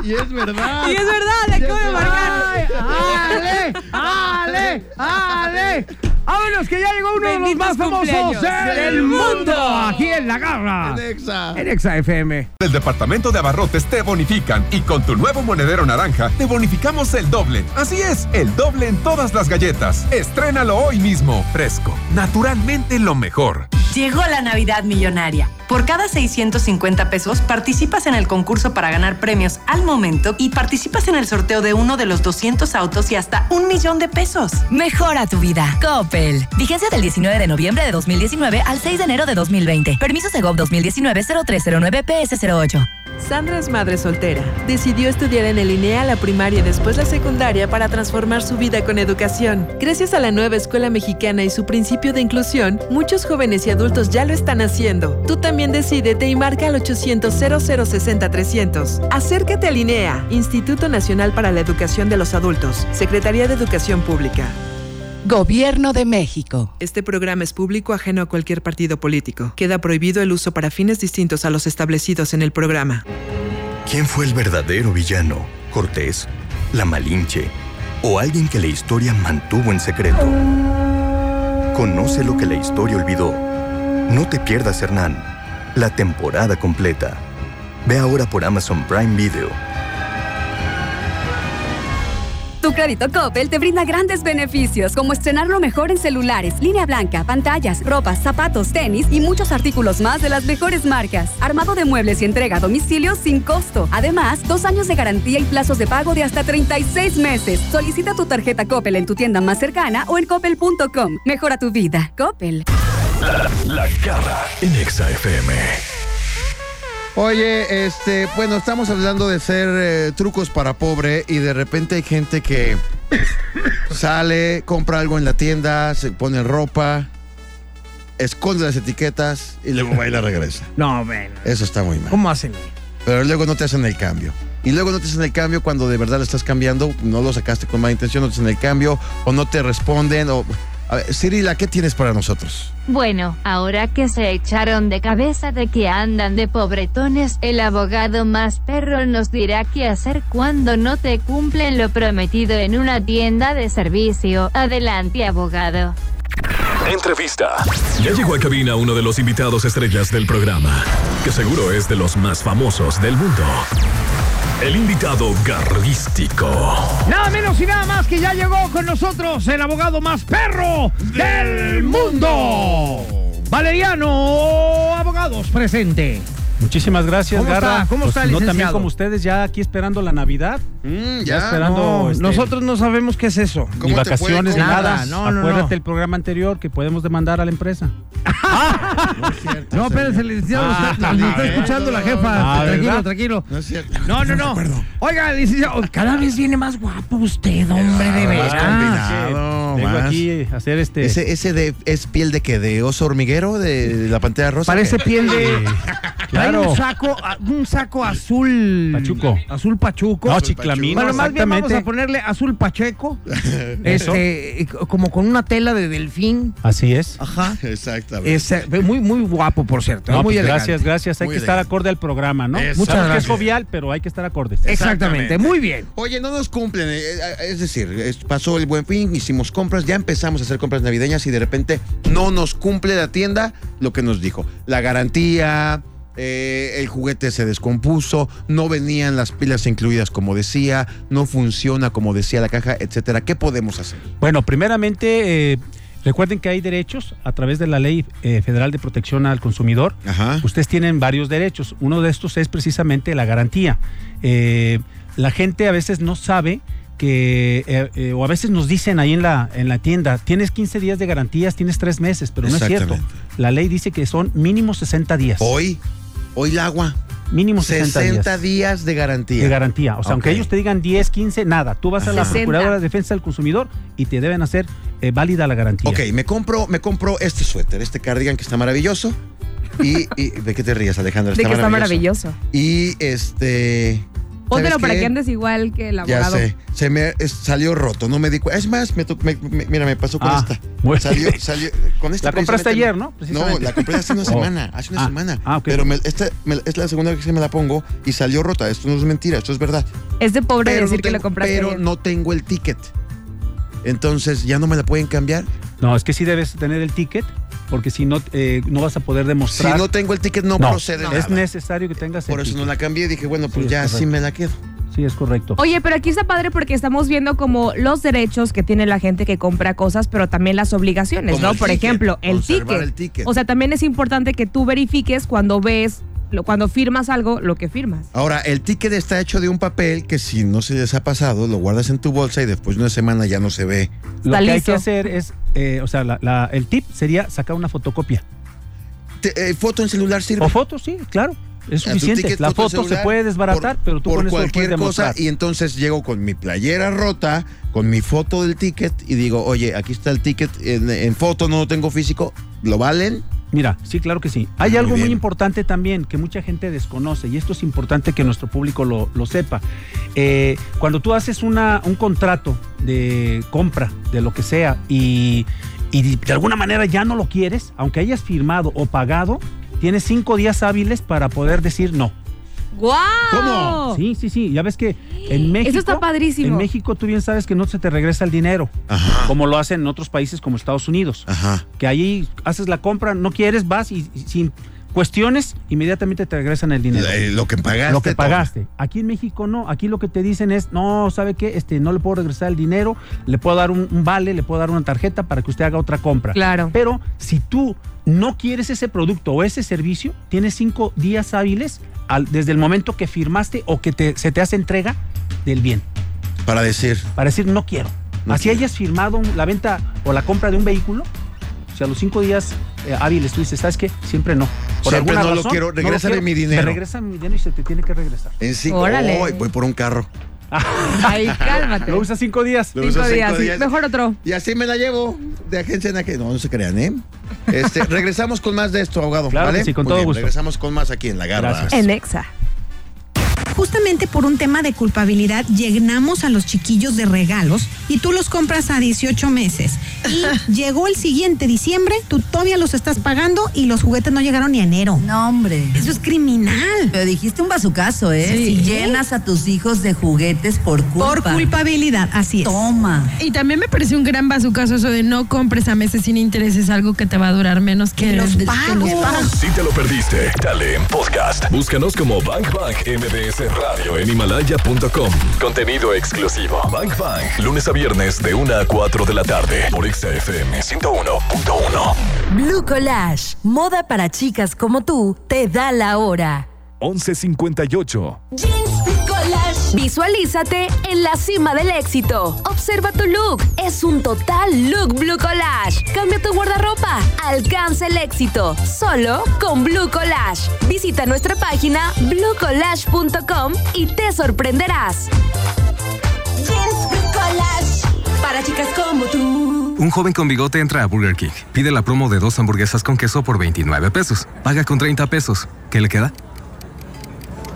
Speaker 3: Y es verdad.
Speaker 2: Y es verdad, le
Speaker 3: Y es
Speaker 2: acabo de marcar.
Speaker 1: ¡Ale! ¡Ale! ¡Ale! ¡Vámonos que ya llegó uno de los
Speaker 2: Benditos
Speaker 1: más famosos
Speaker 2: cumpleaños
Speaker 1: del
Speaker 2: del
Speaker 1: mundo!
Speaker 2: mundo.
Speaker 1: Aquí en La Garra.
Speaker 3: Alexa.
Speaker 1: En Exa FM.
Speaker 11: Del departamento de abarrotes te bonifican y con tu nuevo monedero naranja te bonificamos el doble. Así es, el doble en todas las galletas. Estrénalo hoy mismo. Fresco, naturalmente lo mejor.
Speaker 12: Llegó la Navidad Millonaria. Por cada 650 pesos participas en el concurso para ganar premios al momento y participas en el sorteo de uno de los 200 autos y hasta un millón de pesos.
Speaker 13: Mejora tu vida. Coppel. Vigencia del 19 de noviembre de 2019 al 6 de enero de 2020. Permiso Segov 2019-0309-PS08.
Speaker 14: Sandra es madre soltera. Decidió estudiar en el INEA la primaria y después la secundaria para transformar su vida con educación. Gracias a la nueva escuela mexicana y su principio de inclusión, muchos jóvenes y adultos ya lo están haciendo. Tú también decídete y marca al 800 0060 300. Acércate al INEA, Instituto Nacional para la Educación de los Adultos, Secretaría de Educación Pública. Gobierno de México. Este programa es público ajeno a cualquier partido político. Queda prohibido el uso para fines distintos a los establecidos en el programa.
Speaker 15: ¿Quién fue el verdadero villano? ¿Cortés? ¿La Malinche? ¿O alguien que la historia mantuvo en secreto? Conoce lo que la historia olvidó. No te pierdas Hernán, la temporada completa. Ve ahora por Amazon Prime Video.
Speaker 16: Tu crédito Coppel te brinda grandes beneficios, como estrenar lo mejor en celulares, línea blanca, pantallas, ropas, zapatos, tenis y muchos artículos más de las mejores marcas. Armado de muebles y entrega a domicilio sin costo. Además, dos años de garantía y plazos de pago de hasta 36 meses. Solicita tu tarjeta Coppel en tu tienda más cercana o en coppel.com. Mejora tu vida. Coppel.
Speaker 5: La, la garra en Exa FM.
Speaker 3: Oye, este, bueno, estamos hablando de ser eh, trucos para pobre y de repente hay gente que sale, compra algo en la tienda, se pone ropa, esconde las etiquetas y luego va y la regresa.
Speaker 1: No, ven.
Speaker 3: Eso está muy mal.
Speaker 1: ¿Cómo hacen?
Speaker 3: Pero luego no te hacen el cambio. Y luego no te hacen el cambio cuando de verdad le estás cambiando, no lo sacaste con mala intención, no te hacen el cambio o no te responden o... A ver, Cirila, ¿qué tienes para nosotros?
Speaker 17: Bueno, ahora que se echaron de cabeza de que andan de pobretones, el abogado más perro nos dirá qué hacer cuando no te cumplen lo prometido en una tienda de servicio. Adelante, abogado.
Speaker 5: Entrevista. Ya llegó a cabina uno de los invitados estrellas del programa, que seguro es de los más famosos del mundo. El invitado garrístico.
Speaker 1: Nada menos y nada más que ya llegó con nosotros el abogado más perro del mundo. Valeriano Abogados presente.
Speaker 18: Muchísimas gracias,
Speaker 1: ¿Cómo
Speaker 18: Garra.
Speaker 1: está? ¿Cómo
Speaker 18: Pues,
Speaker 1: está,
Speaker 18: No
Speaker 1: licenciado?
Speaker 18: también como ustedes, ya aquí esperando la Navidad.
Speaker 3: Mm,
Speaker 18: ya. esperando,
Speaker 1: Ah, No,
Speaker 18: este,
Speaker 1: Nosotros no sabemos qué es eso.
Speaker 18: Ni vacaciones, ni nada.
Speaker 1: No, no,
Speaker 18: Acuérdate
Speaker 1: no.
Speaker 18: el programa anterior que podemos demandar a la empresa.
Speaker 1: No, espérense, licenciado.
Speaker 18: Ah,
Speaker 1: usted- lo está
Speaker 18: ¿verdad?
Speaker 1: escuchando la jefa.
Speaker 18: Ah,
Speaker 1: tranquilo,
Speaker 18: ¿verdad?
Speaker 1: tranquilo. No es cierto. No, no, no. Oiga, licenciado, cada vez viene más guapo usted, hombre, de
Speaker 3: Más
Speaker 1: veras.
Speaker 3: combinado,
Speaker 18: Vengo
Speaker 3: más.
Speaker 18: aquí a hacer este.
Speaker 3: Ese, ese de, es piel de qué? ¿De oso hormiguero? ¿De, la pantera rosa?
Speaker 1: Parece
Speaker 3: ¿Qué?
Speaker 1: piel de. Traigo trae un saco, a- un saco azul.
Speaker 18: Pachuco.
Speaker 1: Azul pachuco.
Speaker 18: No, chiclamino,
Speaker 1: Bueno, más bien vamos
Speaker 18: exactamente.
Speaker 1: a ponerle azul pacheco.
Speaker 18: Eso.
Speaker 1: este, como con una tela de delfín.
Speaker 18: Así es.
Speaker 1: Ajá.
Speaker 3: Exactamente.
Speaker 1: Es, eh, muy, muy guapo, por cierto. ¿eh?
Speaker 18: No,
Speaker 1: muy
Speaker 18: pues
Speaker 1: elegante.
Speaker 18: gracias, gracias. Hay
Speaker 1: Muy
Speaker 18: que estar
Speaker 1: elegante.
Speaker 18: acorde al programa, ¿no?
Speaker 1: Exacto.
Speaker 18: Muchas
Speaker 1: Porque es
Speaker 18: gracias. Es jovial, pero hay que estar acorde.
Speaker 1: Exactamente, muy bien.
Speaker 3: Oye, no nos cumplen. eh, eh, Es decir, es- pasó el buen fin, hicimos compras, ya empezamos a hacer compras navideñas y de repente no nos cumple la tienda lo que nos dijo. La garantía, eh, el juguete se descompuso, no venían las pilas incluidas como decía, no funciona como decía la caja, etcétera. ¿Qué podemos hacer?
Speaker 18: Bueno, primeramente, eh, recuerden que hay derechos a través de la Ley eh, Federal de Protección al Consumidor. Ustedes tienen varios derechos. Uno de estos es precisamente la garantía. Eh, la gente a veces no sabe que, eh, eh, o a veces nos dicen ahí en la, en la tienda, tienes 15 días de garantías, tienes 3 meses, pero no es cierto.
Speaker 3: Exactamente.
Speaker 18: La ley dice que son mínimo 60 días.
Speaker 3: Hoy, hoy el agua.
Speaker 18: Mínimo 60,
Speaker 3: 60
Speaker 18: días.
Speaker 3: días de garantía.
Speaker 18: De garantía. O sea, aunque
Speaker 3: Ok.
Speaker 18: ellos te digan 10, 15, nada. Tú vas a la
Speaker 3: Ajá. 60.
Speaker 18: Procuradora de Defensa del Consumidor y te deben hacer eh, válida la garantía.
Speaker 3: Ok, me compro, me compro este suéter, este cardigan que está maravilloso. Y, y- ¿De qué te ríes, Alejandra?
Speaker 2: De que está maravilloso.
Speaker 3: Y este.
Speaker 2: Póntelo
Speaker 3: ¿sabes
Speaker 2: para
Speaker 3: qué?
Speaker 2: que andes igual que el
Speaker 3: Ya
Speaker 2: abogado.
Speaker 3: sé, se me es- salió roto, no me di cuenta. Es más, me, to- me- me- mira, me pasó con
Speaker 18: Ah,
Speaker 3: esta.
Speaker 18: bueno.
Speaker 3: Salió, salió, con esta
Speaker 18: La compraste
Speaker 3: precisamente-
Speaker 18: ayer, ¿no?
Speaker 3: No,
Speaker 18: Precisamente.
Speaker 3: la compré hace una
Speaker 18: Oh.
Speaker 3: semana, hace una
Speaker 18: Ah,
Speaker 3: semana.
Speaker 18: ah, ok.
Speaker 3: Pero me- esta me- es la segunda vez que me la pongo y salió rota. Esto no es mentira, esto es verdad.
Speaker 2: Es de pobre
Speaker 3: Pero
Speaker 2: decir
Speaker 3: no
Speaker 2: que lo
Speaker 3: tengo-
Speaker 2: compraste.
Speaker 3: Pero
Speaker 2: ayer.
Speaker 3: no tengo el ticket. Entonces, ¿ya no me la pueden cambiar?
Speaker 18: No, es que sí debes tener el ticket, porque si no, eh, no vas a poder demostrar.
Speaker 3: Si no tengo el ticket, no, procede
Speaker 18: Es
Speaker 3: nada.
Speaker 18: necesario que tengas el
Speaker 3: Por eso
Speaker 18: ticket.
Speaker 3: no la cambié. Dije, bueno, pues
Speaker 18: Sí,
Speaker 3: ya
Speaker 18: es
Speaker 3: sí me la quedo.
Speaker 18: Sí, es correcto.
Speaker 2: Oye, pero aquí está padre porque estamos viendo como los derechos que tiene la gente que compra cosas, pero también las obligaciones,
Speaker 8: Como
Speaker 2: ¿no?
Speaker 8: el
Speaker 2: Por
Speaker 8: ticket,
Speaker 2: ejemplo, el
Speaker 8: conservar
Speaker 2: ticket.
Speaker 8: el ticket.
Speaker 2: O sea, también es importante que tú verifiques cuando ves, lo- cuando firmas algo, lo que firmas.
Speaker 3: Ahora, el ticket está hecho de un papel que si no se les ha pasado, lo guardas en tu bolsa y después de una semana ya no se ve.
Speaker 18: Lo que hay que hacer es, eh, o sea, la- la- el tip sería sacar una fotocopia.
Speaker 3: eh, ¿Foto en celular sirve?
Speaker 18: O foto, sí, claro. Es
Speaker 3: A tu
Speaker 18: suficiente.
Speaker 3: ticket,
Speaker 18: la
Speaker 3: foto
Speaker 18: foto
Speaker 3: en celular,
Speaker 18: se puede desbaratar,
Speaker 3: por-
Speaker 18: pero tú
Speaker 3: por
Speaker 18: con eso lo
Speaker 3: cualquier
Speaker 18: puedes
Speaker 3: cosa
Speaker 18: demostrar.
Speaker 3: y entonces llego con mi playera rota, con mi foto del ticket y digo, oye, aquí está el ticket en, en foto, no lo tengo físico, ¿lo valen?
Speaker 18: Mira, sí, claro que sí. Hay
Speaker 3: Muy
Speaker 18: algo
Speaker 3: bien.
Speaker 18: muy importante también que mucha gente desconoce y esto es importante que nuestro público lo, lo sepa. Eh, cuando tú haces una, un contrato de compra, de lo que sea, y, y de alguna manera ya no lo quieres, aunque hayas firmado o pagado, tienes cinco días hábiles para poder decir no.
Speaker 2: ¡Guau!
Speaker 18: Sí, sí, sí. Ya ves que en México.
Speaker 2: Eso está padrísimo.
Speaker 18: En México tú bien sabes que no se te regresa el dinero. Como lo hacen en otros países como Estados Unidos. Que ahí haces la compra, no quieres, vas y, y sin cuestiones, inmediatamente te regresan el dinero.
Speaker 3: Eh, Lo que pagaste.
Speaker 18: Lo que pagaste. Aquí en México no. Aquí lo que te dicen es, no, ¿sabe qué? Este, no le puedo regresar el dinero, le puedo dar un, un vale, le puedo dar una tarjeta para que usted haga otra compra.
Speaker 2: Claro.
Speaker 18: Pero si tú no quieres ese producto o ese servicio, tienes cinco días hábiles al- desde el momento que firmaste o que te- se te hace entrega del bien.
Speaker 3: todo, Para decir.
Speaker 18: Para decir, no quiero.
Speaker 3: No
Speaker 18: Así hayas firmado un- la venta o la compra de un vehículo, o sea, los cinco días eh, hábiles tú dices, ¿sabes qué? Siempre no.
Speaker 3: Siempre
Speaker 18: alguna
Speaker 3: no lo quiero, regrésame mi
Speaker 18: me
Speaker 3: dinero.
Speaker 18: regresan mi dinero y se te tiene que regresar.
Speaker 3: En cinco.
Speaker 18: Órale.
Speaker 3: Ay, voy por un carro.
Speaker 2: Ay, cálmate.
Speaker 18: Lo usas cinco días.
Speaker 3: Lo uso
Speaker 2: Cinco días, sí.
Speaker 3: días.
Speaker 2: Mejor otro.
Speaker 3: Y así me la llevo de agencia en agencia. No, no se crean, ¿eh? Este, regresamos con más de esto, abogado.
Speaker 18: Claro
Speaker 3: ¿vale?
Speaker 18: que sí, con
Speaker 3: Muy
Speaker 18: todo
Speaker 3: bien,
Speaker 18: gusto.
Speaker 3: Regresamos con más aquí en La Garra.
Speaker 19: En Exa. Justamente por un tema de culpabilidad llenamos a los chiquillos de regalos y tú los compras a 18 meses. Y llegó el siguiente diciembre, tú todavía los estás pagando y los juguetes no llegaron ni a enero. No, hombre. Eso es criminal. Pero dijiste un bazucazo,
Speaker 20: ¿eh? Si llenas
Speaker 19: a tus hijos de juguetes por
Speaker 20: culpa.
Speaker 19: Por culpabilidad, así es.
Speaker 20: Toma. Y también me pareció un gran bazucazo eso de no compres a meses sin intereses algo que te va a durar menos que los
Speaker 5: Si te lo perdiste, dale en podcast. Búscanos como Bank Bank MBS Radio en Himalaya.com. Contenido exclusivo. Bank Bank, lunes a viernes de 1 a 4 de la tarde por Exa FM 101.1.
Speaker 21: Blue Collage, moda para chicas como tú, te da la hora.
Speaker 5: 1158.
Speaker 21: Visualízate en la cima del éxito. Observa tu look. Es un total look Blue Collage. Cambia tu guardarropa. Alcanza el éxito. Solo con Blue Collage. Visita nuestra página bluecollage.com y te sorprenderás.
Speaker 19: Para chicas como tú.
Speaker 22: Un joven con bigote entra a Burger King, pide la promo de dos hamburguesas con queso por 29 pesos, paga con 30 pesos. ¿Qué le queda?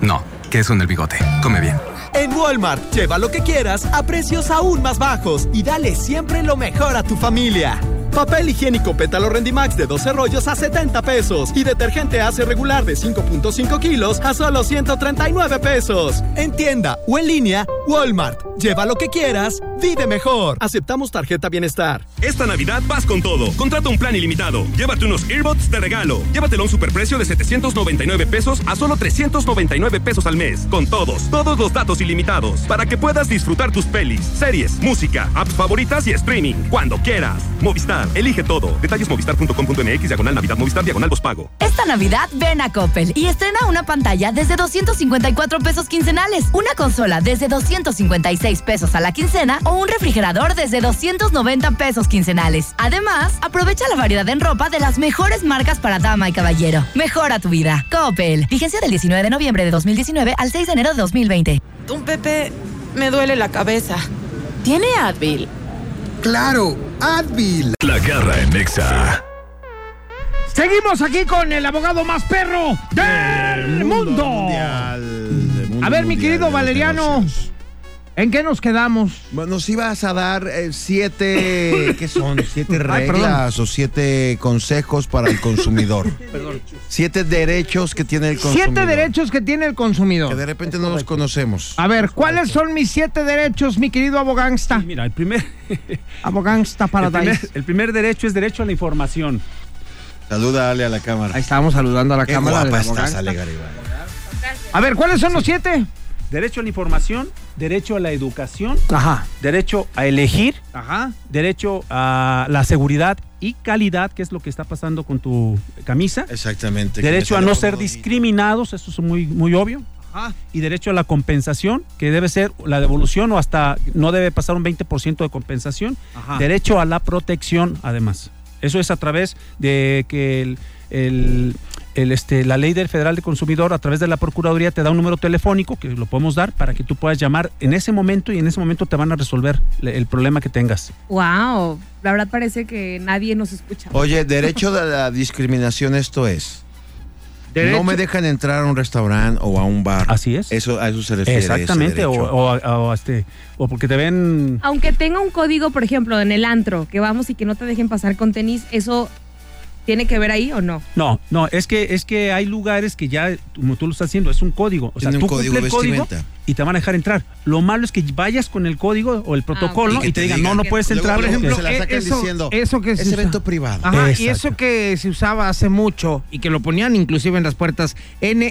Speaker 22: No, queso en el bigote. Come bien.
Speaker 23: En Walmart, lleva lo que quieras a precios aún más bajos y dale siempre lo mejor a tu familia. Papel higiénico pétalo Rendimax de 12 rollos a 70 pesos y detergente hace regular de 5.5 kilos a solo 139 pesos. En tienda o en línea, Walmart. Lleva lo que quieras, vive mejor. Aceptamos tarjeta bienestar.
Speaker 6: Esta Navidad vas con todo. Contrata un plan ilimitado. Llévate unos earbuds de regalo. Llévatelo a un superprecio de 799 pesos a solo 399 pesos al mes. Con todos, todos los datos ilimitados. Para que puedas disfrutar tus pelis, series, música, apps favoritas y streaming. Cuando quieras. Movistar, elige todo. Detalles movistar.com.mx, diagonal Navidad, Movistar, diagonal los pago.
Speaker 13: Esta Navidad ven a Coppel y estrena una pantalla desde 254 pesos quincenales, una consola desde 256 pesos a la quincena o un refrigerador desde 290 pesos quincenales. Además, aprovecha la variedad en ropa de las mejores marcas para dama y caballero. Mejora tu vida. Coppel. Vigencia del 19 de noviembre de 2019 al 6 de enero de 2020.
Speaker 7: Don Pepe, me duele la cabeza. ¿Tiene Advil?
Speaker 24: Claro, Advil.
Speaker 5: La garra en Nexa.
Speaker 1: Seguimos aquí con el abogado más perro del mundo. A ver, mi querido Valeriano, ¿en qué nos quedamos?
Speaker 3: Bueno, nos ibas a dar eh, siete, ¿qué son? Siete
Speaker 1: Ay, perdón.
Speaker 3: reglas o siete consejos para el consumidor.
Speaker 1: Perdón.
Speaker 3: siete derechos que tiene el consumidor.
Speaker 1: Siete derechos que tiene el consumidor.
Speaker 3: Que de repente no los conocemos.
Speaker 1: A ver, ¿cuáles son mis siete derechos, mi querido abogangsta?
Speaker 18: Ah, mira, el primer...
Speaker 1: abogangsta
Speaker 18: El primer,
Speaker 1: Paradise.
Speaker 18: el primer derecho es derecho a la información.
Speaker 3: Saluda Ale a la cámara. Ahí
Speaker 1: estábamos saludando a la
Speaker 3: Qué
Speaker 1: cámara del
Speaker 3: Guapa estás,
Speaker 1: abogado.
Speaker 3: Ale Garibay.
Speaker 1: A ver, ¿cuáles son los siete?
Speaker 18: Derecho a la información, derecho a la educación,
Speaker 1: Ajá.
Speaker 18: derecho a elegir,
Speaker 1: Ajá.
Speaker 18: derecho a la seguridad y calidad, que es lo que está pasando con tu camisa.
Speaker 3: Exactamente.
Speaker 18: Derecho a no ser discriminados, eso es muy, muy obvio.
Speaker 1: Ajá.
Speaker 18: Y derecho a la compensación, que debe ser la devolución o hasta no debe pasar un 20% de compensación.
Speaker 1: Ajá.
Speaker 18: Derecho a la protección, además. Eso es a través de que el, el- el, este, la ley del Federal de Consumidor, a través de la Procuraduría, te da un número telefónico que lo podemos dar para que tú puedas llamar en ese momento y en ese momento te van a resolver le- el problema que tengas.
Speaker 8: Wow, la verdad parece que nadie nos escucha.
Speaker 3: Oye, derecho de la discriminación esto es.
Speaker 18: Derecho-
Speaker 3: No me dejan entrar a un restaurante o a un bar. Así
Speaker 18: es.
Speaker 3: Eso, a eso se refiere. ese
Speaker 18: Exactamente, o,
Speaker 3: derecho.
Speaker 18: o- o, este, o porque te ven
Speaker 8: Aunque tenga un código, por ejemplo, en el antro, que vamos y que no te dejen pasar con tenis, ¿eso tiene que ver ahí o no?
Speaker 18: No, no, es que es que hay lugares que ya, como tú lo estás haciendo, es un código. O sea,
Speaker 3: Tiene un
Speaker 18: tú
Speaker 3: código
Speaker 18: cumple el
Speaker 3: de
Speaker 18: código
Speaker 3: vestimenta.
Speaker 18: y te van a dejar entrar. Lo malo es que vayas con el código o el protocolo y, te digan, no, no puedes entrar.
Speaker 3: Por ejemplo,
Speaker 18: porque-
Speaker 3: se la sacan
Speaker 1: eso-
Speaker 3: diciendo.
Speaker 1: eso que
Speaker 3: es
Speaker 1: se usa.
Speaker 3: evento privado.
Speaker 1: Ajá, y eso que se usaba hace mucho y que lo ponían inclusive en las puertas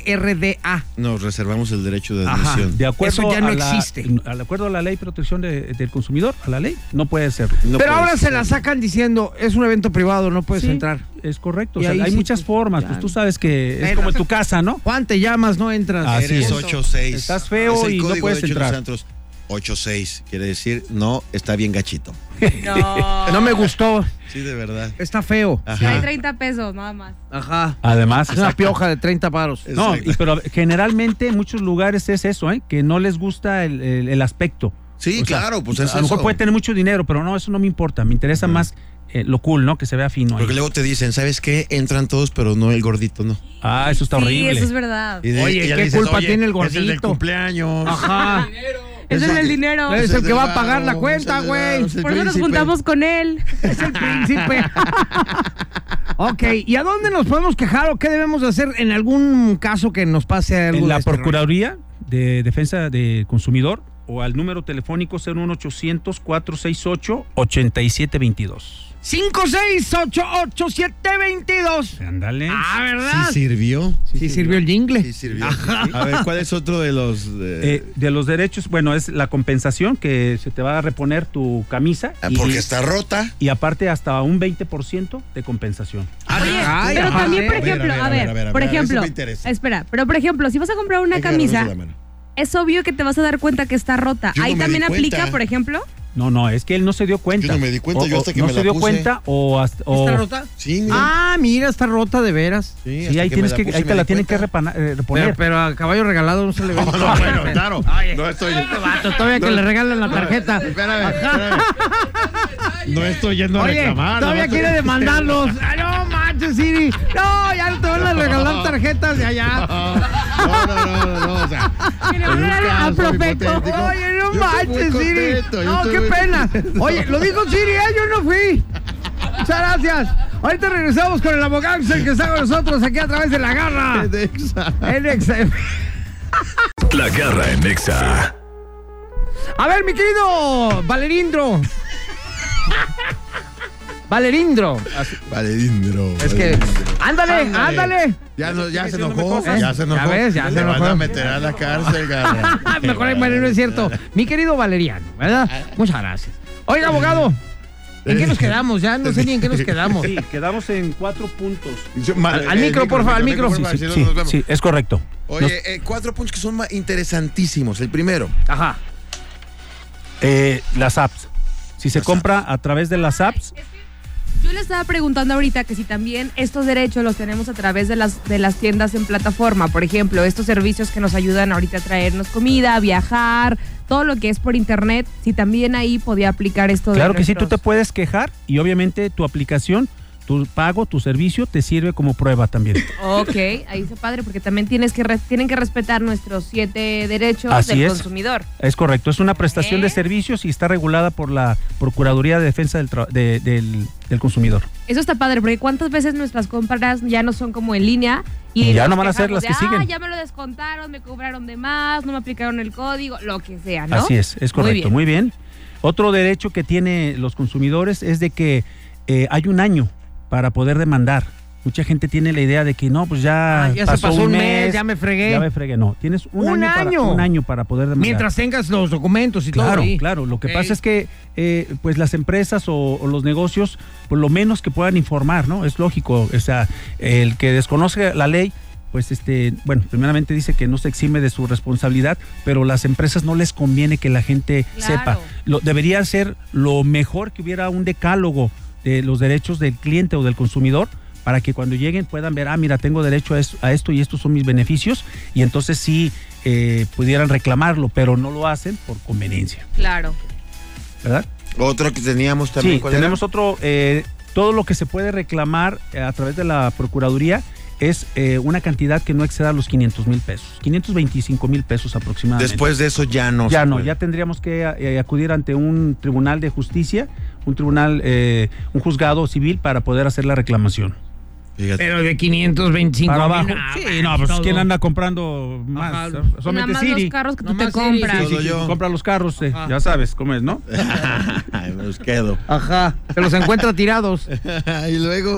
Speaker 1: NRDA.
Speaker 3: Nos reservamos el derecho de
Speaker 18: Ajá,
Speaker 3: admisión.
Speaker 18: de acuerdo
Speaker 1: Eso ya no
Speaker 18: a la-
Speaker 1: existe.
Speaker 18: Al acuerdo a la ley de protección de- del consumidor, a la ley, no puede ser. Pues
Speaker 1: Pero ahora se la sacan diciendo, es un evento privado, no puedes
Speaker 18: Sí,
Speaker 1: entrar.
Speaker 18: Es correcto, o
Speaker 1: Y
Speaker 18: sea,
Speaker 1: ahí
Speaker 18: hay
Speaker 1: sí,
Speaker 18: muchas
Speaker 1: pues,
Speaker 18: formas,
Speaker 1: ya
Speaker 18: pues tú
Speaker 1: no.
Speaker 18: sabes que es
Speaker 1: Bueno.
Speaker 18: como en tu casa, ¿no?
Speaker 1: Juan, te llamas, no entras.
Speaker 18: Así
Speaker 3: Eres
Speaker 18: es.
Speaker 3: 8-6.
Speaker 18: Estás feo
Speaker 3: Es el
Speaker 18: y no
Speaker 3: código,
Speaker 18: puedes
Speaker 3: de hecho, en
Speaker 18: entrar.
Speaker 3: los antros, 8-6 quiere decir no, está bien gachito.
Speaker 8: No.
Speaker 1: No me gustó,
Speaker 3: Sí, de verdad.
Speaker 1: está feo.
Speaker 8: Trae 30 pesos, nada más.
Speaker 1: Ajá.
Speaker 18: Además,
Speaker 1: Es una pioja de 30 paros.
Speaker 18: No, y- pero generalmente en muchos lugares es eso, ¿eh? que no les gusta el, el- el aspecto.
Speaker 3: Sí, claro, pues es
Speaker 18: A lo mejor
Speaker 3: eso.
Speaker 18: puede tener mucho dinero, pero no, eso no me importa. Me interesa más eh, lo cool, ¿no? Que se vea fino. ahí.
Speaker 3: Porque luego te dicen, ¿sabes qué? Entran todos, pero no el gordito, no.
Speaker 18: Ah, eso está horrible.
Speaker 8: Sí, eso es verdad.
Speaker 3: Y de-
Speaker 1: Oye,
Speaker 3: y ya
Speaker 1: ¿qué
Speaker 3: le dices,
Speaker 1: culpa
Speaker 3: "Oye,
Speaker 1: tiene el
Speaker 3: Es el del
Speaker 1: gordito?"
Speaker 3: cumpleaños.
Speaker 1: Ajá.
Speaker 8: Ese es el dinero.
Speaker 1: Es el que va a
Speaker 3: varo,
Speaker 1: pagar la cuenta,
Speaker 3: es el
Speaker 1: güey.
Speaker 3: varo, es el
Speaker 8: Por eso nos juntamos con él.
Speaker 1: Es el príncipe. ok, ¿y a dónde nos podemos quejar o qué debemos hacer en algún caso que nos pase algo?
Speaker 18: en la
Speaker 1: de este
Speaker 18: Procuraduría de Defensa del Consumidor o al número telefónico 01800 468 8722.
Speaker 1: rollo? 5688-722.
Speaker 18: Ándale.
Speaker 1: Ah, ¿verdad?
Speaker 3: ¿Sí sirvió?
Speaker 1: Sí, sirvió el jingle.
Speaker 3: Sí sirvió.
Speaker 1: Ajá.
Speaker 3: A ver, ¿cuál es otro de los...? eh,
Speaker 18: Eh, de los derechos, bueno, es la compensación que se te va a reponer tu camisa.
Speaker 3: Ah, porque está rota.
Speaker 18: Y aparte hasta un 20% de compensación.
Speaker 3: Ah,
Speaker 1: Ay,
Speaker 8: pero
Speaker 1: ajá.
Speaker 8: también, por
Speaker 1: A ver,
Speaker 8: ejemplo,
Speaker 1: a ver,
Speaker 8: a
Speaker 1: a ver, a ver,
Speaker 8: ver,
Speaker 1: a
Speaker 8: por
Speaker 1: ver, eso
Speaker 8: ejemplo,
Speaker 1: me interesa.
Speaker 8: espera, pero por ejemplo, si vas a comprar una camisa, es obvio que te vas a dar cuenta que está rota.
Speaker 18: Yo
Speaker 8: Ahí
Speaker 18: no me
Speaker 8: también
Speaker 18: di
Speaker 8: aplica,
Speaker 18: cuenta.
Speaker 8: por ejemplo.
Speaker 18: No, no, es que él no se dio cuenta. Yo no me di
Speaker 3: cuenta, yo hasta que
Speaker 18: no
Speaker 3: me
Speaker 18: se
Speaker 3: la
Speaker 18: dio
Speaker 3: puse.
Speaker 18: cuenta o hasta... o-
Speaker 1: ¿Está rota?
Speaker 3: Sí,
Speaker 1: Ah, mira, está rota de veras.
Speaker 3: Sí,
Speaker 18: Sí, ahí, tienes que, ahí te la tienen que repana- eh,
Speaker 1: Pero,
Speaker 18: reponer.
Speaker 1: pero a caballo regalado no se le ve.
Speaker 3: bueno, claro. No estoy...
Speaker 1: Vato, todavía que
Speaker 3: No.
Speaker 1: le regalen la tarjeta.
Speaker 3: No estoy yendo
Speaker 1: Oye, todavía quiere demandarlos. Ay, no, macho. manches, Siri. No, ya no te van a regalar tarjetas de allá.
Speaker 3: No, no, no, no, no, o sea.
Speaker 1: Mira,
Speaker 3: en un
Speaker 1: mira, a
Speaker 3: caso
Speaker 1: Profeco.
Speaker 3: hipotético,
Speaker 1: Oye, no
Speaker 3: yo estoy muy
Speaker 1: manches, Siri.
Speaker 3: contento, yo
Speaker 1: No,
Speaker 3: estoy
Speaker 1: qué
Speaker 3: muy
Speaker 1: pena.
Speaker 3: contento.
Speaker 1: Oye, lo dijo Siri, ¿eh? yo no fui. Muchas gracias. Ahorita regresamos con el abogado Axel que está con nosotros aquí a través de la garra. En Exa.
Speaker 5: La garra en Nexa.
Speaker 1: A ver, mi querido Valerindro. Valerindro.
Speaker 3: Valerindro.
Speaker 1: Es que. Ándale, ándale.
Speaker 3: Ándale. Ya, no- ya se enojó,
Speaker 1: cosas.
Speaker 3: ya se enojó.
Speaker 1: Ya ves, ya se
Speaker 3: Te van
Speaker 1: enojó.
Speaker 3: a meter a la cárcel, garra.
Speaker 1: Ah, Mejor hay manera, no es cierto. Mi querido Valeriano, ¿verdad? Muchas gracias. Oiga, abogado. ¿En qué nos quedamos? Ya no sé ni en qué nos quedamos.
Speaker 18: Sí, quedamos en cuatro puntos.
Speaker 3: Al- al eh, micro, porfa, al micro.
Speaker 18: Sí, sí,
Speaker 3: Si no,
Speaker 18: sí,
Speaker 3: nos vemos.
Speaker 18: sí, es correcto.
Speaker 3: Oye, eh, cuatro puntos que son ma- interesantísimos. El primero.
Speaker 1: Ajá.
Speaker 18: Eh, las apps. Si se compra a través de las apps,
Speaker 8: Yo le estaba preguntando ahorita que si también estos derechos los tenemos a través de las, de las tiendas en plataforma, por ejemplo, estos servicios que nos ayudan ahorita a traernos comida, viajar, todo lo que es por internet, si también ahí podía aplicar esto de
Speaker 18: claro que sí, tú
Speaker 8: nuestros-
Speaker 18: te puedes quejar y obviamente tu aplicación, tu pago, tu servicio te sirve como prueba también.
Speaker 8: Ok, ahí está padre, porque también tienes que re- tienen que respetar nuestros siete derechos
Speaker 18: Así
Speaker 8: del
Speaker 18: es.
Speaker 8: consumidor.
Speaker 18: Es correcto, es una prestación de servicios y está regulada por la Procuraduría de Defensa del, Tra- de- del- del Consumidor.
Speaker 8: Eso está padre, porque cuántas veces nuestras compras ya no son como en línea y
Speaker 18: Ya
Speaker 8: nos
Speaker 18: no van a ser las
Speaker 8: quejamos de,
Speaker 18: que siguen.
Speaker 8: "Ah, ya me lo descontaron, me cobraron de más, no me aplicaron el código, lo que sea, ¿no?
Speaker 18: Así es, es
Speaker 8: Muy
Speaker 18: correcto,
Speaker 8: bien.
Speaker 18: muy bien. Otro derecho que tienen los consumidores es de que eh, hay un año para poder demandar. Mucha gente tiene la idea de que no, pues ya,
Speaker 1: Ah, ya se pasó un mes, ya me fregué.
Speaker 18: Ya me fregué, no. Tienes un,
Speaker 1: Un
Speaker 18: año.
Speaker 1: año.
Speaker 18: Para, un año para poder demandar.
Speaker 1: Mientras tengas los documentos y todo.
Speaker 18: Claro,
Speaker 1: ahí.
Speaker 18: claro. Lo que pasa es que eh, pues las empresas o, o los negocios, por lo menos que puedan informar, ¿no? Es lógico. O sea, el que desconoce la ley, pues este, bueno, primeramente dice que no se exime de su responsabilidad, pero las empresas no les conviene que la gente sepa. Lo, debería ser lo mejor que hubiera un decálogo de los derechos del cliente o del consumidor para que cuando lleguen puedan ver, ah, mira, tengo derecho a esto, a esto y estos son mis beneficios, y entonces sí eh, pudieran reclamarlo, pero no lo hacen por conveniencia.
Speaker 8: Claro.
Speaker 18: ¿verdad?
Speaker 3: Otro que teníamos también.
Speaker 18: sí,
Speaker 3: ¿cuál era?
Speaker 18: tenemos otro, eh, todo lo que se puede reclamar eh, a través de la Procuraduría es eh, una cantidad que no exceda los 500 mil pesos, 525 mil pesos aproximadamente.
Speaker 3: Después de eso ya no.
Speaker 18: ya
Speaker 3: se
Speaker 18: no,
Speaker 3: puede.
Speaker 18: ya tendríamos que eh, acudir ante un tribunal de justicia, un tribunal, eh, un juzgado civil para poder hacer la reclamación.
Speaker 1: Pero de 525
Speaker 18: Para abajo.
Speaker 1: mil,
Speaker 18: sí, no, pues
Speaker 1: todo.
Speaker 18: ¿quién anda comprando más?
Speaker 1: Ajá.
Speaker 18: Solamente
Speaker 8: Nada más
Speaker 18: Siri.
Speaker 8: los carros que tú te
Speaker 1: Pues Nomás Siri,
Speaker 8: compras.
Speaker 18: Sí, sí, sí, compra los carros, eh, ya sabes cómo es, ¿no?
Speaker 3: Ay, me los quedo.
Speaker 1: Ajá. Se los encuentra tirados.
Speaker 3: y luego.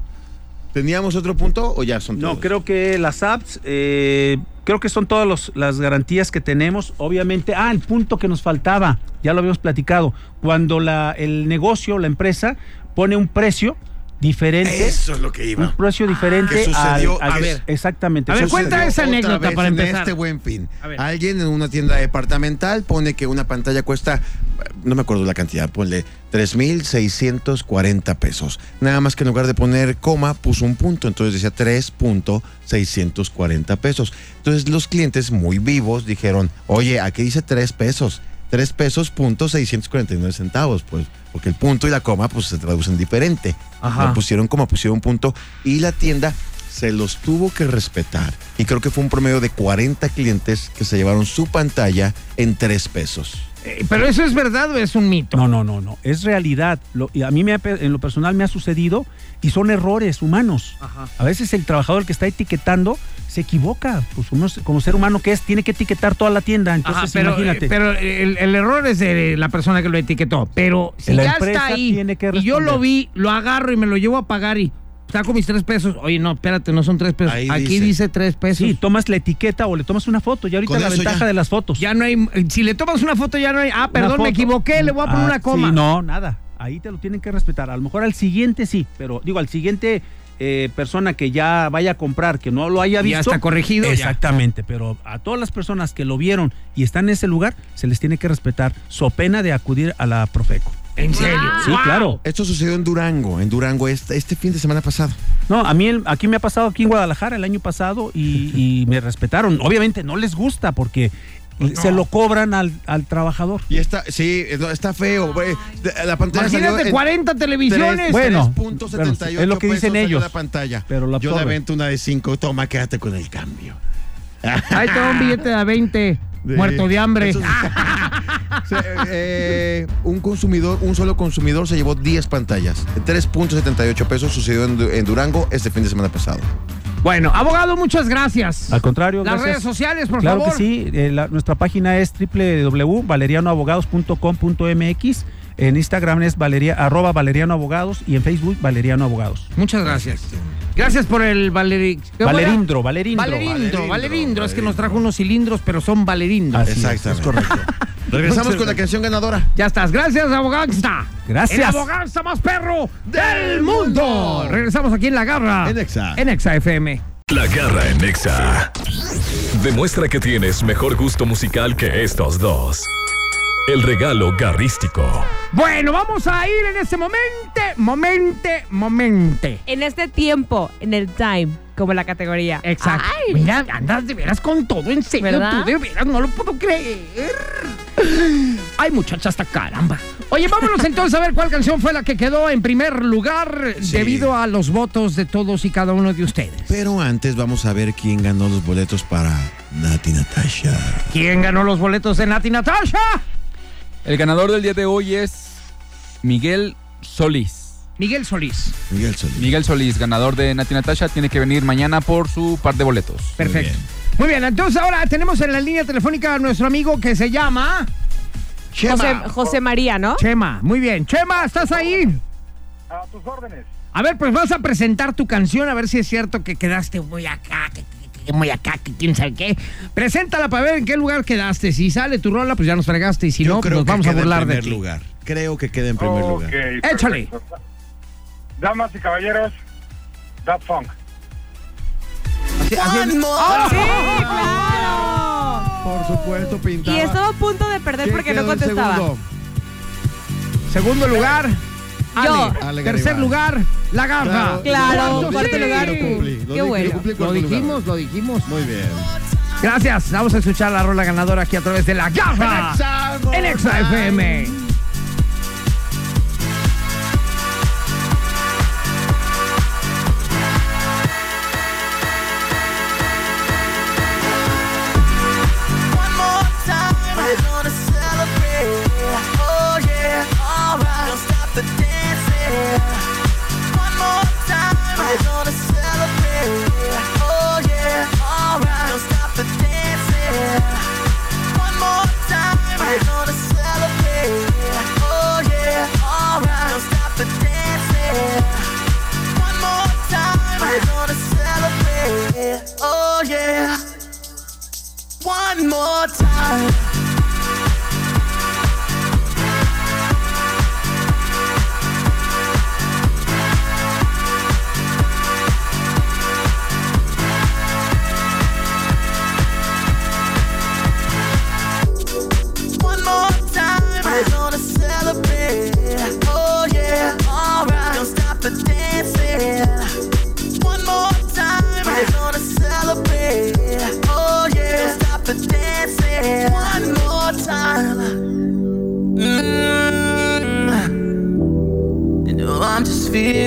Speaker 3: ¿Teníamos otro punto o ya son todos?
Speaker 18: No, creo que las apps, eh, creo que son todas los- las garantías que tenemos. Obviamente, ah, el punto que nos faltaba, ya lo habíamos platicado. Cuando la, el negocio, la empresa, pone un precio diferente.
Speaker 3: Eso es lo que iba.
Speaker 18: Un precio diferente.
Speaker 3: ¿Qué sucedió?
Speaker 18: al- al-
Speaker 3: A ver.
Speaker 18: Exactamente.
Speaker 3: Sucedió otra vez en
Speaker 18: empezar.
Speaker 3: este buen fin. Alguien en una tienda departamental pone que una pantalla cuesta, eh, no me acuerdo la cantidad, ponle 3,640 pesos. Nada más que en lugar de poner coma, puso un punto, entonces decía 3.640 pesos. Entonces los clientes muy vivos dijeron, oye, aquí dice 3 pesos. 3 pesos punto 649 centavos, pues, porque el punto y la coma pues se traducen diferente.
Speaker 18: Ajá.
Speaker 3: No pusieron coma, pusieron punto y la tienda se los tuvo que respetar. Y creo que fue un promedio de 40 clientes que se llevaron su pantalla en 3 pesos.
Speaker 18: Eh,
Speaker 1: Pero eso es verdad o es un mito.
Speaker 18: No, no, no, no. Es realidad. Lo- y a mí me ha pe- en lo personal me ha sucedido y son errores humanos. A veces el trabajador que está etiquetando se equivoca. Pues uno es- como ser humano que es, tiene que etiquetar toda la tienda. Entonces,
Speaker 1: Ajá, pero,
Speaker 18: imagínate.
Speaker 1: eh, pero el, el error es de la persona que lo etiquetó. Pero si
Speaker 18: La
Speaker 1: ya
Speaker 18: empresa
Speaker 1: está ahí
Speaker 18: tiene que
Speaker 1: y yo
Speaker 18: responder.
Speaker 1: lo vi, lo agarro y me lo llevo a pagar y saco mis tres pesos. Oye, no, espérate, no son tres pesos.
Speaker 18: Ahí
Speaker 1: Aquí
Speaker 18: dice.
Speaker 1: dice tres pesos.
Speaker 18: Sí, tomas la etiqueta o le tomas una foto. Y ahorita
Speaker 1: Con
Speaker 18: la
Speaker 1: eso
Speaker 18: ventaja
Speaker 1: ya.
Speaker 18: de las fotos.
Speaker 1: Ya no hay. Si le tomas una foto, ya no hay. Ah,
Speaker 18: Una
Speaker 1: perdón, me
Speaker 18: foto.
Speaker 1: equivoqué, le voy a poner
Speaker 18: Ah,
Speaker 1: una coma.
Speaker 18: sí, no, nada. Ahí te lo tienen que respetar. A lo mejor al siguiente sí, pero digo, al siguiente eh, persona que ya vaya a comprar, que no lo haya
Speaker 1: Ya
Speaker 18: visto.
Speaker 1: está corregido, ya.
Speaker 18: Exactamente, pero a todas las personas que lo vieron y están en ese lugar, se les tiene que respetar, so pena de acudir a la Profeco.
Speaker 1: ¿En serio?
Speaker 18: Ah. Sí, claro.
Speaker 3: Esto sucedió en Durango, en Durango este, este fin de semana pasado.
Speaker 18: No, a mí el- aquí me ha pasado aquí en Guadalajara el año pasado y, y me respetaron. Obviamente no les gusta porque
Speaker 1: Pues
Speaker 18: se lo cobran al, al trabajador.
Speaker 3: Y está, sí, no, está feo. güey. La pantalla salió
Speaker 1: Imagínate,
Speaker 3: en
Speaker 1: 40 televisiones.
Speaker 3: tres-
Speaker 18: Bueno,
Speaker 3: 3.78
Speaker 18: es lo que
Speaker 3: pesos
Speaker 18: dicen
Speaker 3: salió
Speaker 18: ellos.
Speaker 3: la pantalla.
Speaker 18: Pero lo
Speaker 3: Yo le
Speaker 18: absorben.
Speaker 3: avento una de 5. Toma, quédate con el cambio.
Speaker 1: Ahí te va un billete de a 20.
Speaker 3: Sí.
Speaker 1: Muerto de hambre.
Speaker 3: Eso es- Sí, eh, un consumidor, un solo consumidor se llevó 10 pantallas. 3.78 pesos sucedió en, Du- en Durango este fin de semana pasado.
Speaker 1: Bueno, abogado, muchas gracias.
Speaker 18: Al contrario,
Speaker 1: Las
Speaker 18: gracias.
Speaker 1: redes sociales, por
Speaker 18: claro
Speaker 1: favor.
Speaker 18: que sí. eh, la- nuestra página es www.valerianoabogados.com.mx. En Instagram es valeria, arroba valerianoabogados y en Facebook Valeriano Abogados.
Speaker 1: Muchas gracias. Gracias por el valeri... ¿qué fue?
Speaker 18: Valerindro, valerindro.
Speaker 1: Valerindro, valerindro. Es que nos trajo unos cilindros, pero son valerindros.
Speaker 18: Así es, Exactamente. es
Speaker 3: correcto. Regresamos con la canción ganadora.
Speaker 1: Ya estás. Gracias, aboganza.
Speaker 3: Gracias.
Speaker 1: El aboganza más perro del mundo. Regresamos aquí en La Garra. En
Speaker 3: Exa.
Speaker 1: En Exa FM.
Speaker 5: La garra en Nexa. Demuestra que tienes mejor gusto musical que estos dos. El regalo garrístico.
Speaker 1: Bueno, vamos a ir en este momento, momento, momento.
Speaker 2: En este tiempo, en el time, como la categoría.
Speaker 1: Exacto. Mira, andas de veras con todo en serio.
Speaker 2: ¿Verdad?
Speaker 1: Tú de veras no lo puedo creer. Ay, muchacha, hasta caramba. Oye, vámonos entonces a ver cuál canción fue la que quedó en primer lugar debido a los votos de todos y cada uno de ustedes.
Speaker 3: Pero antes vamos a ver quién ganó los boletos para Nati Natasha.
Speaker 1: ¿Quién ganó los boletos de Nati Natasha?
Speaker 4: El ganador del día de hoy es Miguel Solís.
Speaker 1: Miguel Solís.
Speaker 3: Miguel Solís.
Speaker 4: Miguel Solís, ganador de Nati Natasha, tiene que venir mañana por su par de boletos.
Speaker 1: Perfecto. Muy bien, entonces ahora tenemos en la línea telefónica a nuestro amigo que se llama
Speaker 2: José, José María, ¿no?
Speaker 1: Chema. Muy bien, Chema, ¿estás ahí?
Speaker 9: A tus órdenes.
Speaker 1: A ver, pues vas a presentar tu canción, a ver si es cierto que quedaste muy acá, que, que- que muy acá, que quién sabe qué. Preséntala para ver en qué lugar quedaste. Si sale tu rola, pues ya nos fregaste. Y si no, pues nos vamos a
Speaker 3: queda
Speaker 1: burlar
Speaker 3: en
Speaker 1: de
Speaker 3: primer
Speaker 1: ti.
Speaker 3: lugar. Creo que queda en primer
Speaker 9: Ok,
Speaker 3: lugar.
Speaker 9: perfecto.
Speaker 1: Échale.
Speaker 9: Damas y caballeros, That Funk.
Speaker 3: One more.
Speaker 2: ¡Oh, sí, claro!
Speaker 3: Por supuesto, pintado.
Speaker 2: Y estaba a punto de perder
Speaker 3: ¿Quién
Speaker 2: porque no
Speaker 3: quedó en
Speaker 2: contestaba.
Speaker 3: segundo?
Speaker 1: Segundo lugar, Ale.
Speaker 2: Yo.
Speaker 3: Ale
Speaker 1: Tercer
Speaker 3: Garibay.
Speaker 1: lugar, La Garza.
Speaker 2: Claro, claro,
Speaker 1: Cuarto,
Speaker 2: cuarto
Speaker 1: sí.
Speaker 2: lugar. Qué bueno.
Speaker 1: Lo dijimos, lo dijimos.
Speaker 3: Muy bien.
Speaker 1: Gracias. Vamos a escuchar la rola ganadora aquí a través de La Garra. En Exa FM.
Speaker 10: One more time, we're gonna celebrate. Oh yeah, alright, don't stop the dancing. One more time, we're gonna celebrate. Oh yeah, alright, don't stop the dancing. One more time, we're gonna celebrate. Oh yeah, alright, don't stop the dancing. One more time, we're gonna celebrate. Oh yeah. One more time. One more time, we're gonna celebrate. Oh yeah, alright, don't stop the dancing. One more time, we're gonna celebrate. Oh yeah, don't stop the dancing. One more time. Mm. You know I'm just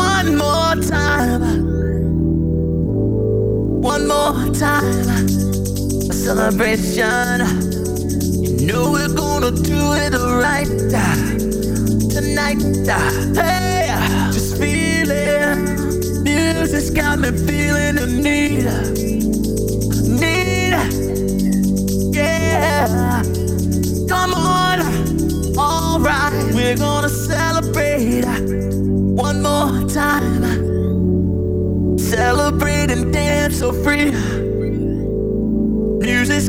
Speaker 10: One more time. One more time. A celebration. Know we're gonna do it right tonight. Hey, just feeling. Music's got me feeling the need, need. Yeah, come on. All right, we're gonna celebrate one more time. Celebrate and dance so free. Music's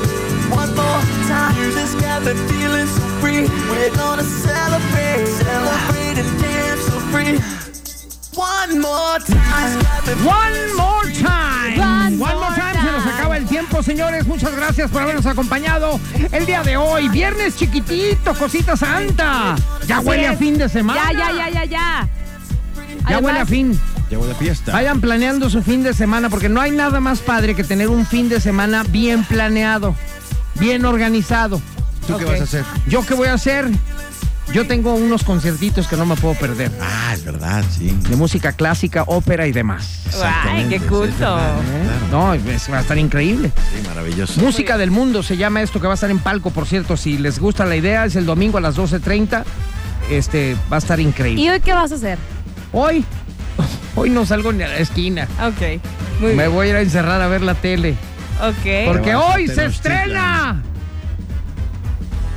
Speaker 10: One more time, music's got me feeling so free. We're gonna celebrate, celebrate and dance so free. One more time,
Speaker 1: One more time. One, more time. Se nos acaba el tiempo, señores. Muchas gracias por habernos acompañado el día de hoy. Viernes chiquitito, cosita santa. Ya
Speaker 2: Así
Speaker 1: huele a
Speaker 2: es.
Speaker 1: fin de semana.
Speaker 2: Ya, ya, ya, ya, ya.
Speaker 1: Ya
Speaker 2: Además,
Speaker 1: huele a fin.
Speaker 3: Ya huele a fiesta.
Speaker 1: Vayan planeando su fin de semana porque no hay nada más padre que tener un fin de semana bien planeado, bien organizado.
Speaker 3: ¿Tú qué
Speaker 1: Ok.
Speaker 3: vas a hacer?
Speaker 1: ¿Yo qué voy a hacer? Yo tengo unos conciertitos que no me puedo perder.
Speaker 3: Ah, es verdad, sí.
Speaker 1: De música clásica, ópera y demás.
Speaker 3: Exactamente, Ay, qué sí, es culto. verdad,
Speaker 1: ¿Eh?
Speaker 3: claro.
Speaker 1: No, es- va a estar increíble.
Speaker 3: Sí, maravilloso.
Speaker 1: Música del Mundo se llama esto que va a estar en palco, por cierto. Si les gusta la idea, es el domingo a las 12.30. Este, va a estar increíble.
Speaker 2: ¿Y hoy qué vas a hacer?
Speaker 1: Hoy, hoy no salgo ni a la esquina.
Speaker 2: Ok, muy
Speaker 1: Me
Speaker 2: bien.
Speaker 1: voy a ir a encerrar a ver la tele.
Speaker 2: Ok.
Speaker 1: Porque hoy se estrena.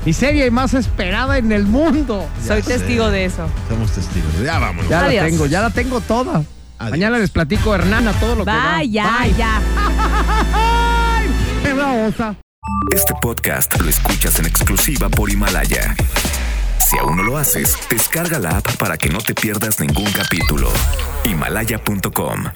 Speaker 1: Y serie más esperada en el mundo.
Speaker 2: Soy testigo de eso.
Speaker 3: Somos testigos. Ya vámonos.
Speaker 1: Ya
Speaker 2: Adiós.
Speaker 1: la tengo, ya la tengo toda. Mañana les platico a Hernana todo lo que va.
Speaker 2: Vaya, ya.
Speaker 1: ¡Ay! ¡Qué babosa!
Speaker 22: Este podcast lo escuchas en exclusiva por Himalaya. Si aún no lo haces, descarga la app para que no te pierdas ningún capítulo. Himalaya.com